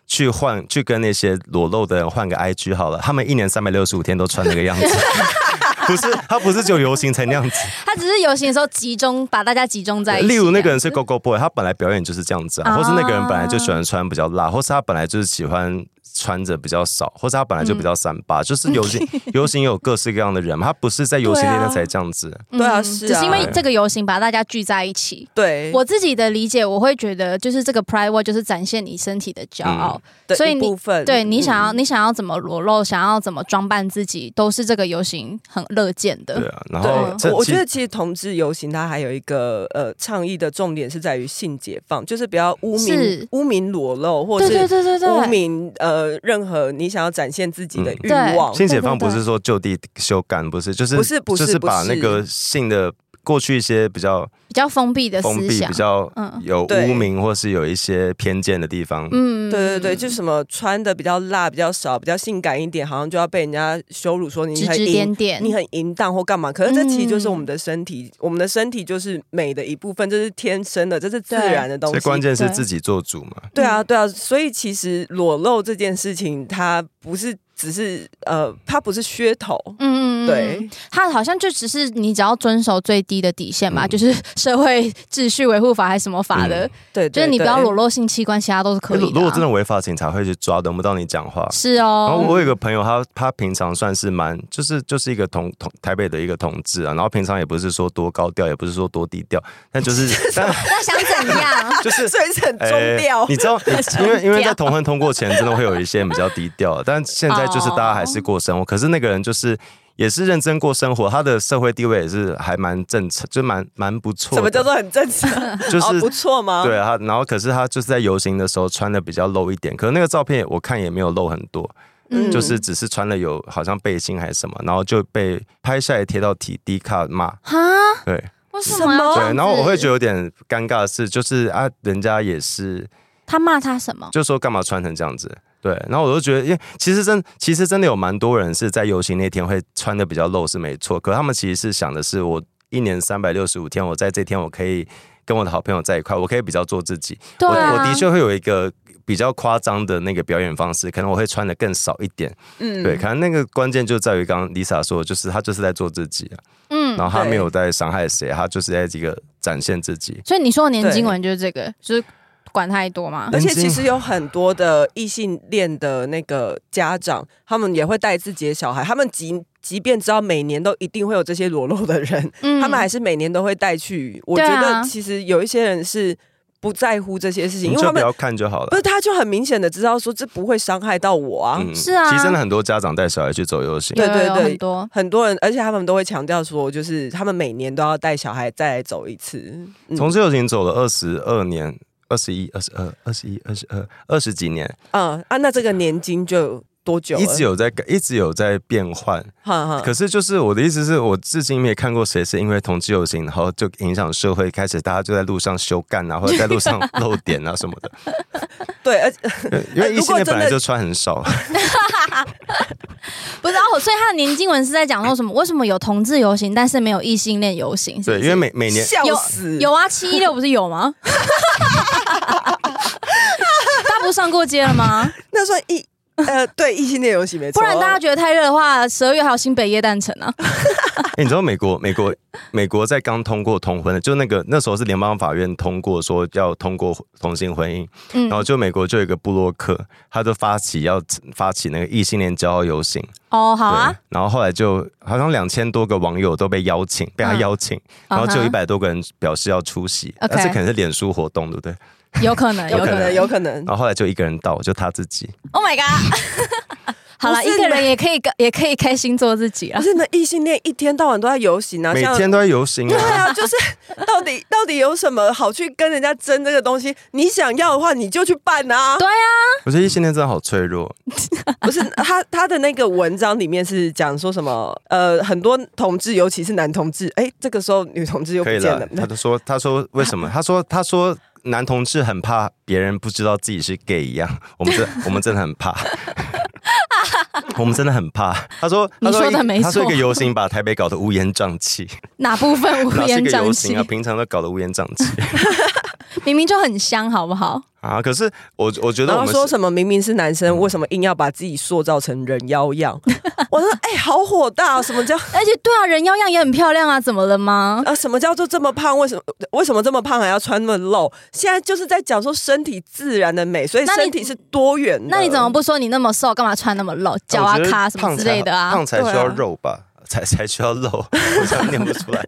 Speaker 2: 去换去跟那些裸露的人换个 IG 好了，他们一年三百六十五天都穿那个样子， 不是他不是只有游行才那样子，
Speaker 3: 他只是游行的时候集中把大家集中在一起。
Speaker 2: 例如那个人是 Go Go Boy，他本来表演就是这样子啊，
Speaker 3: 啊
Speaker 2: 或是那个人本来就喜欢穿比较辣，或是他本来就是喜欢穿着比较少，或者他本来就比较三八，就是游行
Speaker 1: 嗯
Speaker 2: 游行也有各式各样的人嘛，他不是在游行那天才这样子。
Speaker 3: 嗯
Speaker 1: 对啊是啊
Speaker 3: 只是因为这个游行把大家聚在一起。
Speaker 1: 对，
Speaker 3: 我自己的理解，我会觉得就是这个 pride walk 就是展现你身体的骄傲，
Speaker 1: 的
Speaker 3: 所以
Speaker 1: 嗯一
Speaker 3: 你
Speaker 1: 部分
Speaker 3: 对你想要、
Speaker 1: 嗯
Speaker 3: 你想要怎么裸露，想要怎么装扮自己，都是这个游行很乐见的。
Speaker 2: 对啊，然
Speaker 1: 对，
Speaker 2: 后这
Speaker 1: 我我
Speaker 2: 其
Speaker 1: 觉得其实同志游行它还有一个呃倡议的重点是在于性解放，就是不要污名
Speaker 3: 是
Speaker 1: 污名裸露，或者
Speaker 3: 对对
Speaker 1: 是
Speaker 3: 对对对，
Speaker 1: 污名呃任何你想要展现自己的
Speaker 2: 嗯
Speaker 1: 欲望。
Speaker 2: 性解放
Speaker 3: 哦对对
Speaker 2: 不
Speaker 3: 对
Speaker 2: 是说就地休干，不是，就是
Speaker 1: 不是不是
Speaker 2: 就是把
Speaker 1: 不是
Speaker 2: 那个性的过去一些比较
Speaker 3: 比较封闭的
Speaker 2: 封
Speaker 3: 思
Speaker 2: 闭、
Speaker 3: 想
Speaker 2: 比，较
Speaker 3: 嗯
Speaker 2: 有
Speaker 1: 对
Speaker 2: 污名或是有一些偏见的地方，
Speaker 3: 嗯
Speaker 1: 对对对，就是什么穿的比较辣、比较少、比较性感一点，好像就要被人家羞辱，说你
Speaker 3: 指
Speaker 1: 很
Speaker 3: 指
Speaker 1: 淫
Speaker 3: 点点，
Speaker 1: 你很淫荡或干嘛？可是这其实就是
Speaker 3: 嗯
Speaker 1: 我们的身体，我们的身体就是美的一部分，这是天生的，这是自然的东
Speaker 2: 所以
Speaker 1: 西。
Speaker 2: 关键是
Speaker 3: 对
Speaker 2: 自己做主嘛。
Speaker 1: 对
Speaker 3: 嗯
Speaker 1: 啊，对啊，所以其实裸露这件事情，它不是只是呃，它不是噱头，
Speaker 3: 嗯，嗯嗯，
Speaker 1: 对
Speaker 3: 嗯，他好像就只是你只要遵守最低的底线嘛，
Speaker 2: 嗯
Speaker 3: 就是 社会秩序维护法还是什么法的，
Speaker 2: 嗯
Speaker 1: 对，对
Speaker 3: 就是你不要
Speaker 1: 对
Speaker 3: 裸露性器官，其他都是可以的啊、
Speaker 2: 如果真的违法，警察会去抓，等不到你讲话。
Speaker 3: 是
Speaker 2: 然后
Speaker 3: 哦，
Speaker 2: 我有一个朋友，他他平常算是蛮，就是就是一个同同台北的一个同志啊，然后平常也不是说多高调，也不是说多低调，但就是但
Speaker 3: 那想怎 样？
Speaker 2: 就 是
Speaker 1: 所以是很中调。
Speaker 2: 哎你知 道，你因为因为在同婚通过前，真的会有一些比较低调的， 但现在就是大家还是过生活。可是那个人就是也是认真过生活，他的社会地位也是还蛮正常，就蛮蛮不错的。
Speaker 1: 什么叫做很正常？
Speaker 2: 就
Speaker 1: 哦，不
Speaker 2: 是？
Speaker 1: 错吗？
Speaker 2: 对啊，他然后可是他就是在游行的时候穿的比较露一点，可是那个照片我看也没有露很多，
Speaker 1: 嗯
Speaker 2: 就是只是穿了有好像背心还是什么，然后就被拍下来贴到体 D 卡
Speaker 1: 啊
Speaker 2: 骂，
Speaker 3: 哈，
Speaker 2: 对，
Speaker 3: 为什么
Speaker 1: 哦
Speaker 3: 要这
Speaker 2: 对
Speaker 3: 样，子？
Speaker 2: 然后我会觉得有点尴尬的是，就是啊，人家也是
Speaker 3: 他骂他什么？
Speaker 2: 就说干嘛穿成这样子？对，然后我就觉得，因为其实真其实真的有蛮多人是在游行那天会穿的比较露是没错，可他们其实是想的是，我一年三百六十五天，我在这天我可以跟我的好朋友在一块，我可以比较做自己。
Speaker 3: 对啊，
Speaker 2: 我我的确会有一个比较夸张的那个表演方式，可能我会穿的更少一点。
Speaker 1: 嗯
Speaker 2: 对，可能那个关键就在于刚刚 Lisa 说的，就是她就是在做自己啊，
Speaker 3: 嗯
Speaker 2: 然。后她
Speaker 1: 对
Speaker 2: 没有在伤害谁，她就是在这个展现自己。
Speaker 3: 所以你说的年经文就是这个，就是管太多嘛？
Speaker 1: 而且
Speaker 2: 人精
Speaker 1: 其实有很多的异性恋的那个家长，他们也会带自己的小孩，他们即即便知道每年都一定会有这些裸露的人，
Speaker 3: 嗯
Speaker 1: 他们还是每年都会带去。我
Speaker 3: 对
Speaker 1: 觉
Speaker 3: 啊
Speaker 1: 得其实有一些人是不在乎这些事情，
Speaker 2: 你
Speaker 1: 因为
Speaker 2: 就
Speaker 1: 他
Speaker 2: 不
Speaker 1: 们
Speaker 2: 要看就好了
Speaker 1: 不。是他就很明显的知道说这不会伤害到我啊。
Speaker 2: 嗯
Speaker 3: 是啊
Speaker 2: 其实真的很多家长带小孩去走游行。
Speaker 1: 对
Speaker 3: 有有有
Speaker 1: 对
Speaker 3: 很多。
Speaker 1: 很多人，而且他们都会强调说，就是他们每年都要带小孩再来走一次。嗯
Speaker 2: 从这游行走了二十二年，二十一、二十二、二十一、二十二、二十几年，
Speaker 1: 嗯啊，那这个年金就多久了？
Speaker 2: 一直有在改，一直有在变换。
Speaker 1: 哈哈，
Speaker 2: 可是就是我的意思是我至今没看过谁是因为同志游行，然后就影响社会，开始大家就在路上休干啊，或者在路上露点啊什么 的。
Speaker 1: 对，而且呃
Speaker 2: 因为异性
Speaker 1: 如果真的
Speaker 2: 恋本来就穿很少，
Speaker 3: 不是哦，所以他的年经文是在讲说什么？为什么有同志游行，但是没有异性恋游行？是不
Speaker 2: 对，
Speaker 3: 是
Speaker 2: 因为每每年
Speaker 1: 笑
Speaker 3: 有
Speaker 2: 嗯
Speaker 1: 死，
Speaker 3: 有啊，七一六不是有吗？ 大家不是上过街 了吗？
Speaker 1: 那算异呃对异性恋游戏没错，
Speaker 3: 不然大家觉得太热的话，十二月还有新北耶诞城啊。
Speaker 2: 哎、你知道美国美国美国在刚通过同婚的，就那个那时候是联邦法院通过说要通过同性婚姻，然
Speaker 3: 嗯
Speaker 2: 后就美国就有一个布洛克，他就发起要发起那个异性恋骄傲游行，
Speaker 3: 哦，好
Speaker 2: 对，
Speaker 3: 啊，
Speaker 2: 然后后来就好像两千多个网友都被邀请，被他
Speaker 3: 嗯
Speaker 2: 邀请，然后就一
Speaker 3: 嗯哼
Speaker 2: 百多个人表示要出席，啊
Speaker 3: OK
Speaker 2: 但是可能是脸书活动，对不对？
Speaker 3: 有可 能，有
Speaker 1: 有
Speaker 3: 可
Speaker 1: 可
Speaker 3: 能
Speaker 1: 能，。有可能
Speaker 2: 然。后后来就一个人到，就他自己，
Speaker 3: Oh my god！好了，
Speaker 1: 不
Speaker 3: 一
Speaker 1: 是
Speaker 3: 个
Speaker 1: 你
Speaker 3: 人也可以，也可以开心做自己啊
Speaker 1: 可。是呢，异性恋一天到晚都在游行啊，
Speaker 2: 每
Speaker 1: 像
Speaker 2: 天都在游 行
Speaker 1: 对
Speaker 2: 啊。
Speaker 1: 啊，就是 到底到底有什么好去跟人家争这个东西？你想要的话，你就去办啊。
Speaker 3: 对啊，
Speaker 2: 我觉得异性恋真的好脆弱，
Speaker 1: 不是他他的那个文章里面是讲说什么？呃，很多同志，尤其是男同志，哎，这个时候女同志又不
Speaker 2: 可以
Speaker 1: 见
Speaker 2: 了
Speaker 1: 了。。
Speaker 2: 他就说，他说为 什么？他说，他说。男同志很怕别人不知道自己是 gay 一样， 我们真我们真的很怕， 我们真的很怕。他说，他
Speaker 3: 你说
Speaker 2: 一
Speaker 3: 得没
Speaker 2: 他说一
Speaker 3: 错
Speaker 2: 个游行把台北搞得乌烟瘴气，
Speaker 3: 哪部分 乌
Speaker 2: 哪是
Speaker 3: 烟
Speaker 2: 个游
Speaker 3: 瘴气
Speaker 2: 行啊？？平常都搞得乌烟瘴气。
Speaker 3: 明明就很香，好不好？
Speaker 2: 啊，可是我我觉得
Speaker 1: 然
Speaker 2: 我
Speaker 1: 后
Speaker 2: 们
Speaker 1: 说
Speaker 2: 是嗯
Speaker 1: 什么明明是男生，为什么硬要把自己塑造成人妖样？啊我说哎、好火大、什么叫
Speaker 3: 而且对啊，人妖样也很漂亮啊，怎么了吗？
Speaker 1: 啊？什么叫做这么胖？为什么为什么这么胖还要穿那么露？现在就是在讲说身体自然的美，所以
Speaker 3: 那你
Speaker 1: 身体是多元的。
Speaker 3: 那你怎么不说你那么瘦，干嘛穿那么露，脚啊
Speaker 2: 我觉得
Speaker 3: 卡什么
Speaker 2: 胖
Speaker 3: 之
Speaker 2: 才
Speaker 3: 类的啊？
Speaker 2: 胖才需要
Speaker 1: 对啊
Speaker 2: 肉吧，才才需要肉， 我想念不出 来。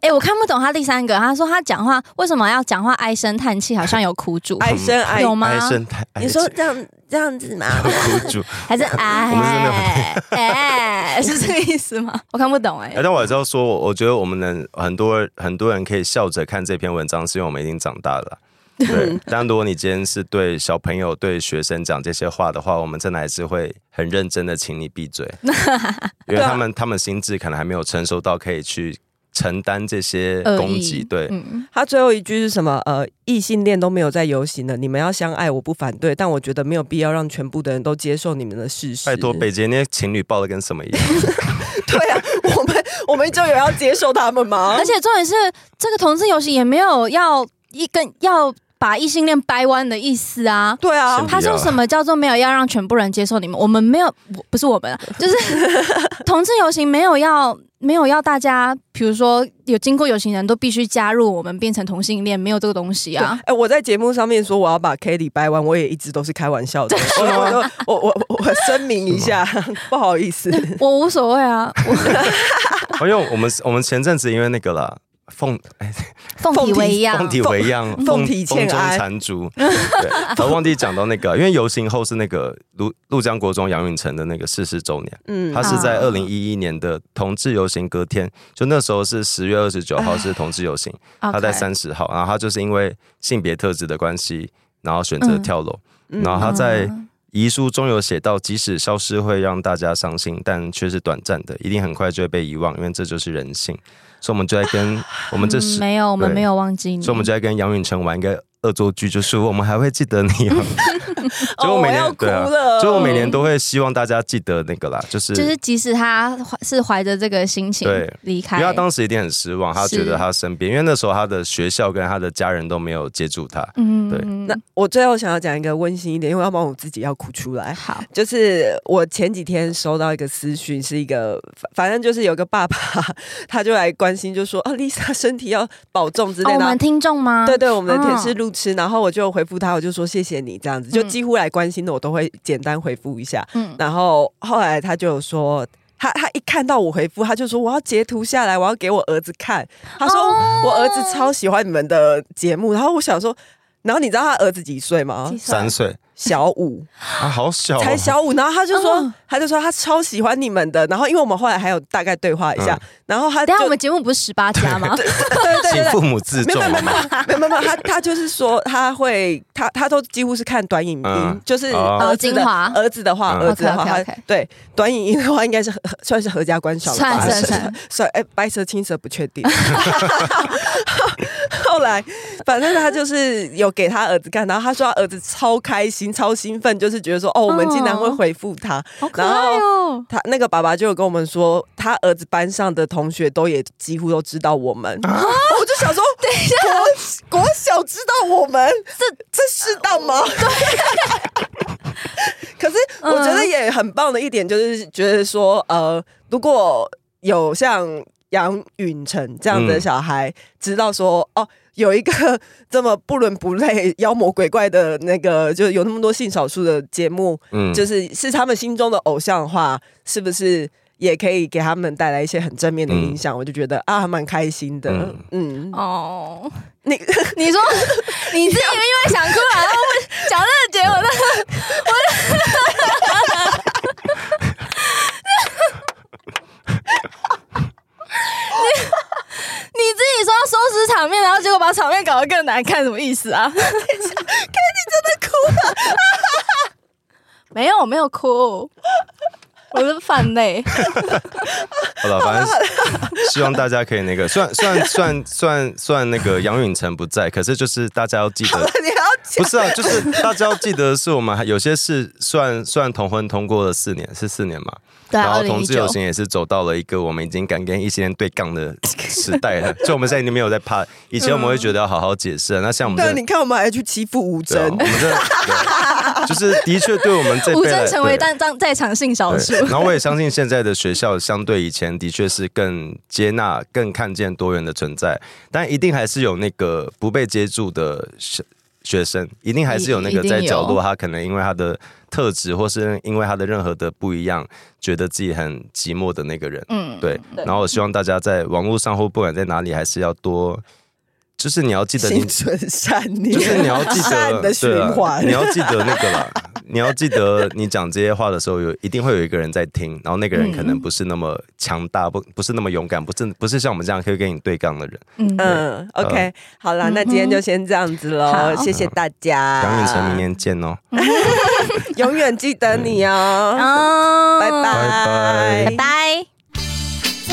Speaker 3: 哎、我看不懂他第三个，他说他讲话为什么要讲话唉声叹气，好像有苦主，
Speaker 1: 唉声唉
Speaker 3: 有？吗？
Speaker 2: 唉声叹，唉
Speaker 1: 你 说
Speaker 2: 声
Speaker 1: 这样这样子嘛？
Speaker 2: 苦主，
Speaker 3: 还是
Speaker 2: 我们是没有
Speaker 3: 哎哎，是这个意思吗？我看不懂哎、
Speaker 2: 哎，但我还是要说，我我觉得我们能很多很多人可以笑着看这篇文章，是因为我们已经长大 了啦。啊对，但如果你今天是对小朋友、对学生讲这些话的话，我们真的还是会很认真的请你闭 嘴，因为
Speaker 3: 啊
Speaker 2: 他们他们心智可能还没有成熟到可以去承担这些
Speaker 3: 恶
Speaker 2: 攻
Speaker 3: 意
Speaker 2: 击。对，
Speaker 3: 嗯，
Speaker 1: 他最后一句是什么？呃，异性恋都没有在游行了，你们要相爱，我不反对，但我觉得没有必要让全部的人都接受你们的事实。
Speaker 2: 拜托北杰那些情侣抱的跟什么一样？
Speaker 1: 对啊， 我们我们就有要接受他们 吗
Speaker 3: 而？且重点是这个同志游行也没有要一根要把异性恋掰弯的意思啊。
Speaker 1: 对啊
Speaker 2: 是，
Speaker 3: 他说什么叫做没有要让全部人接受你们？我们没有，不不是我们啊，就是 同志游行没有要没有要大家，比如说有经过游行人都必须加入我们变成同性恋，没有这个东西啊。
Speaker 1: 哎、我在节目上面说我要把 k a t i e 掰弯，我也一直都是开玩 笑的。我我我我我我声明一下， 不好意 思，
Speaker 3: 我无所谓啊，我
Speaker 2: 哦，因为我们我们前阵子因为那个啦，凤哎
Speaker 3: 凤体为一样，啊
Speaker 2: 凤体为样，
Speaker 1: 凤
Speaker 2: 凤
Speaker 1: 凤体
Speaker 2: 凤
Speaker 1: 欠
Speaker 2: 中
Speaker 1: 哀
Speaker 2: 缠足。对，我忘记讲到那个，因为游行后是那个陆陆江国中杨允成的那个逝世周年，
Speaker 1: 嗯，
Speaker 2: 他是在
Speaker 3: 啊
Speaker 2: 二零一一年的同志游行隔天，就那时候是十月二十九号是同志游行，他在
Speaker 3: OK
Speaker 2: 三十号，然后他就是因为性别特质的关系，然后选择
Speaker 3: 嗯
Speaker 2: 跳楼，
Speaker 1: 嗯
Speaker 2: 然后他在
Speaker 3: 嗯
Speaker 2: 遗书中有写到，即使消失会让大家伤心，但却是短暂的，一定很快就会被遗忘，因为这就是人性。所以我们就在跟我们这
Speaker 3: 嗯
Speaker 2: 十，
Speaker 3: 没有，我们
Speaker 2: 对
Speaker 3: 没有忘记你，
Speaker 2: 所以我们就在跟杨允成玩一个恶作剧，就是我们还会记 得你、哦。所以
Speaker 1: 哦
Speaker 2: 我每
Speaker 1: 要
Speaker 2: 年
Speaker 1: 哭
Speaker 2: 对啊，
Speaker 1: 了，
Speaker 2: 所以我每年都会希望大家记得那个啦，就是
Speaker 3: 就是即使他怀是怀着这个心情
Speaker 2: 对
Speaker 3: 离
Speaker 2: 因
Speaker 3: 开，
Speaker 2: 为他当时一定很失望，他
Speaker 3: 是
Speaker 2: 觉得他身边，因为那时候他的学校跟他的家人都没有接住他。
Speaker 3: 嗯
Speaker 2: 对
Speaker 1: 那我最后想要讲一个温馨一点，因为要不然我自己要哭出来。
Speaker 3: 好，
Speaker 1: 就是我前几天收到一个私讯，是一个反反正就是有个爸 爸，他就来关心，就说啊，Lisa 身体要保重之
Speaker 3: 哦
Speaker 1: 类
Speaker 3: 我
Speaker 1: 的啊。
Speaker 3: 们听众吗？
Speaker 1: 对对，我们的甜
Speaker 3: 哦
Speaker 1: 食路痴，然后我就回复他，我就说谢谢你这样子，就
Speaker 3: 嗯
Speaker 1: 几乎来关心的我都会简单回复一下。
Speaker 3: 嗯，
Speaker 1: 然后后来他就有说，他他一看到我回复，他就说我要截图下来，我要给我儿子看。他说、
Speaker 3: 哦
Speaker 1: 我儿子超喜欢你们的节目，然后我想说，然后你知道他儿子几岁吗
Speaker 3: 几？岁
Speaker 2: 三岁
Speaker 1: 小五，
Speaker 2: 啊，好小、哦，
Speaker 1: 才小五。然后他就说，
Speaker 3: 哦
Speaker 1: 他就说他超喜欢你们的。然后因为我们后来还有大概对话一
Speaker 2: 嗯
Speaker 1: 下，然后他就
Speaker 3: 等一下我们节目不是十八家吗？
Speaker 1: 对对
Speaker 2: 请
Speaker 1: 对对
Speaker 2: 父母自
Speaker 1: 没有
Speaker 2: 重
Speaker 1: 没有没
Speaker 2: 好
Speaker 1: 有没
Speaker 2: 吗？
Speaker 1: 有没有没有，他他就是说他会他他都几乎是看短影
Speaker 2: 嗯
Speaker 1: 音，就是
Speaker 2: 哦
Speaker 1: 儿子
Speaker 3: 精
Speaker 1: 的
Speaker 3: 华
Speaker 1: 儿子的话，
Speaker 2: 嗯
Speaker 1: 儿子的话，他
Speaker 3: OK，OK，OK
Speaker 1: 对短影音的话应该是合算是合家观赏了吧，
Speaker 3: 算
Speaker 2: 算
Speaker 3: 算
Speaker 1: 算哎白蛇青蛇不确定。 后来反正他就是有给他儿子看，然后他说他儿子超开心超兴奋，就是觉得说哦我们竟然会回复他，
Speaker 3: 好可爱哦，
Speaker 1: 他那个爸爸就有跟我们说，他儿子班上的同学都也几乎都知道我们。我就想说，等一下，国国小知道我们，这这适当吗？ 可是我觉得也很棒的一点就是，觉得说，呃，如果有像杨允成这样的小孩，知道说，哦。有一个这么不伦不类、妖魔鬼怪的那个，就是有那么多性少数的节目，
Speaker 2: 嗯，
Speaker 1: 就是是他们心中的偶像的话，是不是也可以给他们带来一些很正面的影
Speaker 2: 嗯
Speaker 1: 响？我就觉得啊，还蛮开心的。嗯，
Speaker 3: 哦，
Speaker 1: 你
Speaker 3: 你说 你自己因为想哭然后不讲这个结果，那 我你你自己说要收拾场面，然后结果把场面搞得更难看，什么意思啊？看你真的哭了，没有，我没有哭，我是犯累。
Speaker 2: 好了，反正 希望大家可以那个，虽然虽然虽然虽然虽然那个杨允成不在，可是就是大家要记
Speaker 1: 好
Speaker 2: 得
Speaker 1: 了，你还要
Speaker 2: 不是啊，就是大家要记得，是我们还有些事算算同婚通过了四年，是四年嘛？
Speaker 3: 对
Speaker 2: 然
Speaker 3: 啊，
Speaker 2: 后
Speaker 3: 二零
Speaker 2: 同
Speaker 3: 一
Speaker 2: 志游
Speaker 3: 九，
Speaker 2: 行也是走到了一个我们已经敢跟异性恋对杠的时代了，所以我们现在已经没有在怕。以前我们会觉得要好好解释，啊那像我们
Speaker 1: 对，
Speaker 2: 这
Speaker 1: 你看我们还去欺负吴
Speaker 2: 对啊，
Speaker 1: 真
Speaker 2: 我，们这对就是的确对我们这
Speaker 3: 吴
Speaker 2: 辈来
Speaker 3: 尊成为
Speaker 2: 对
Speaker 3: 在在在场性少数
Speaker 2: 对，然后我也相信现在的学校相对以前的确是更接纳、更看见多元的存在，但一定还是有那个不被接住的学学生，一定还是有那
Speaker 3: 一
Speaker 2: 个
Speaker 3: 一定
Speaker 2: 在角
Speaker 3: 有
Speaker 2: 落，他可能因为他的特质，或是因为他的任何的不一样，觉得自己很寂寞的那个人。
Speaker 3: 嗯，
Speaker 2: 对，然后我希望大家在网络上或不管在哪里，还是要多，就是你要记得
Speaker 1: 心
Speaker 2: 你
Speaker 1: 存善念，
Speaker 2: 就是你要记
Speaker 1: 善
Speaker 2: 得，
Speaker 1: 的循
Speaker 2: 对啊
Speaker 1: 环
Speaker 2: 你。要记得那个啦， 你要记得你讲这些话的时候，有一定会有一个人在听，然后那个人可能不是那么强大，不不是那么勇敢，不是不是像我们这样可以跟你对杠的人。
Speaker 3: 嗯，
Speaker 1: 嗯，OK，好啦，
Speaker 3: 嗯哼
Speaker 1: 那今天就先这样子喽，
Speaker 3: 好
Speaker 1: 谢谢大家，
Speaker 2: 杨允成，明年见哦。
Speaker 1: 永远记得你哦，
Speaker 3: 哦
Speaker 1: 拜拜，
Speaker 2: 拜
Speaker 3: 拜拜。
Speaker 4: 喜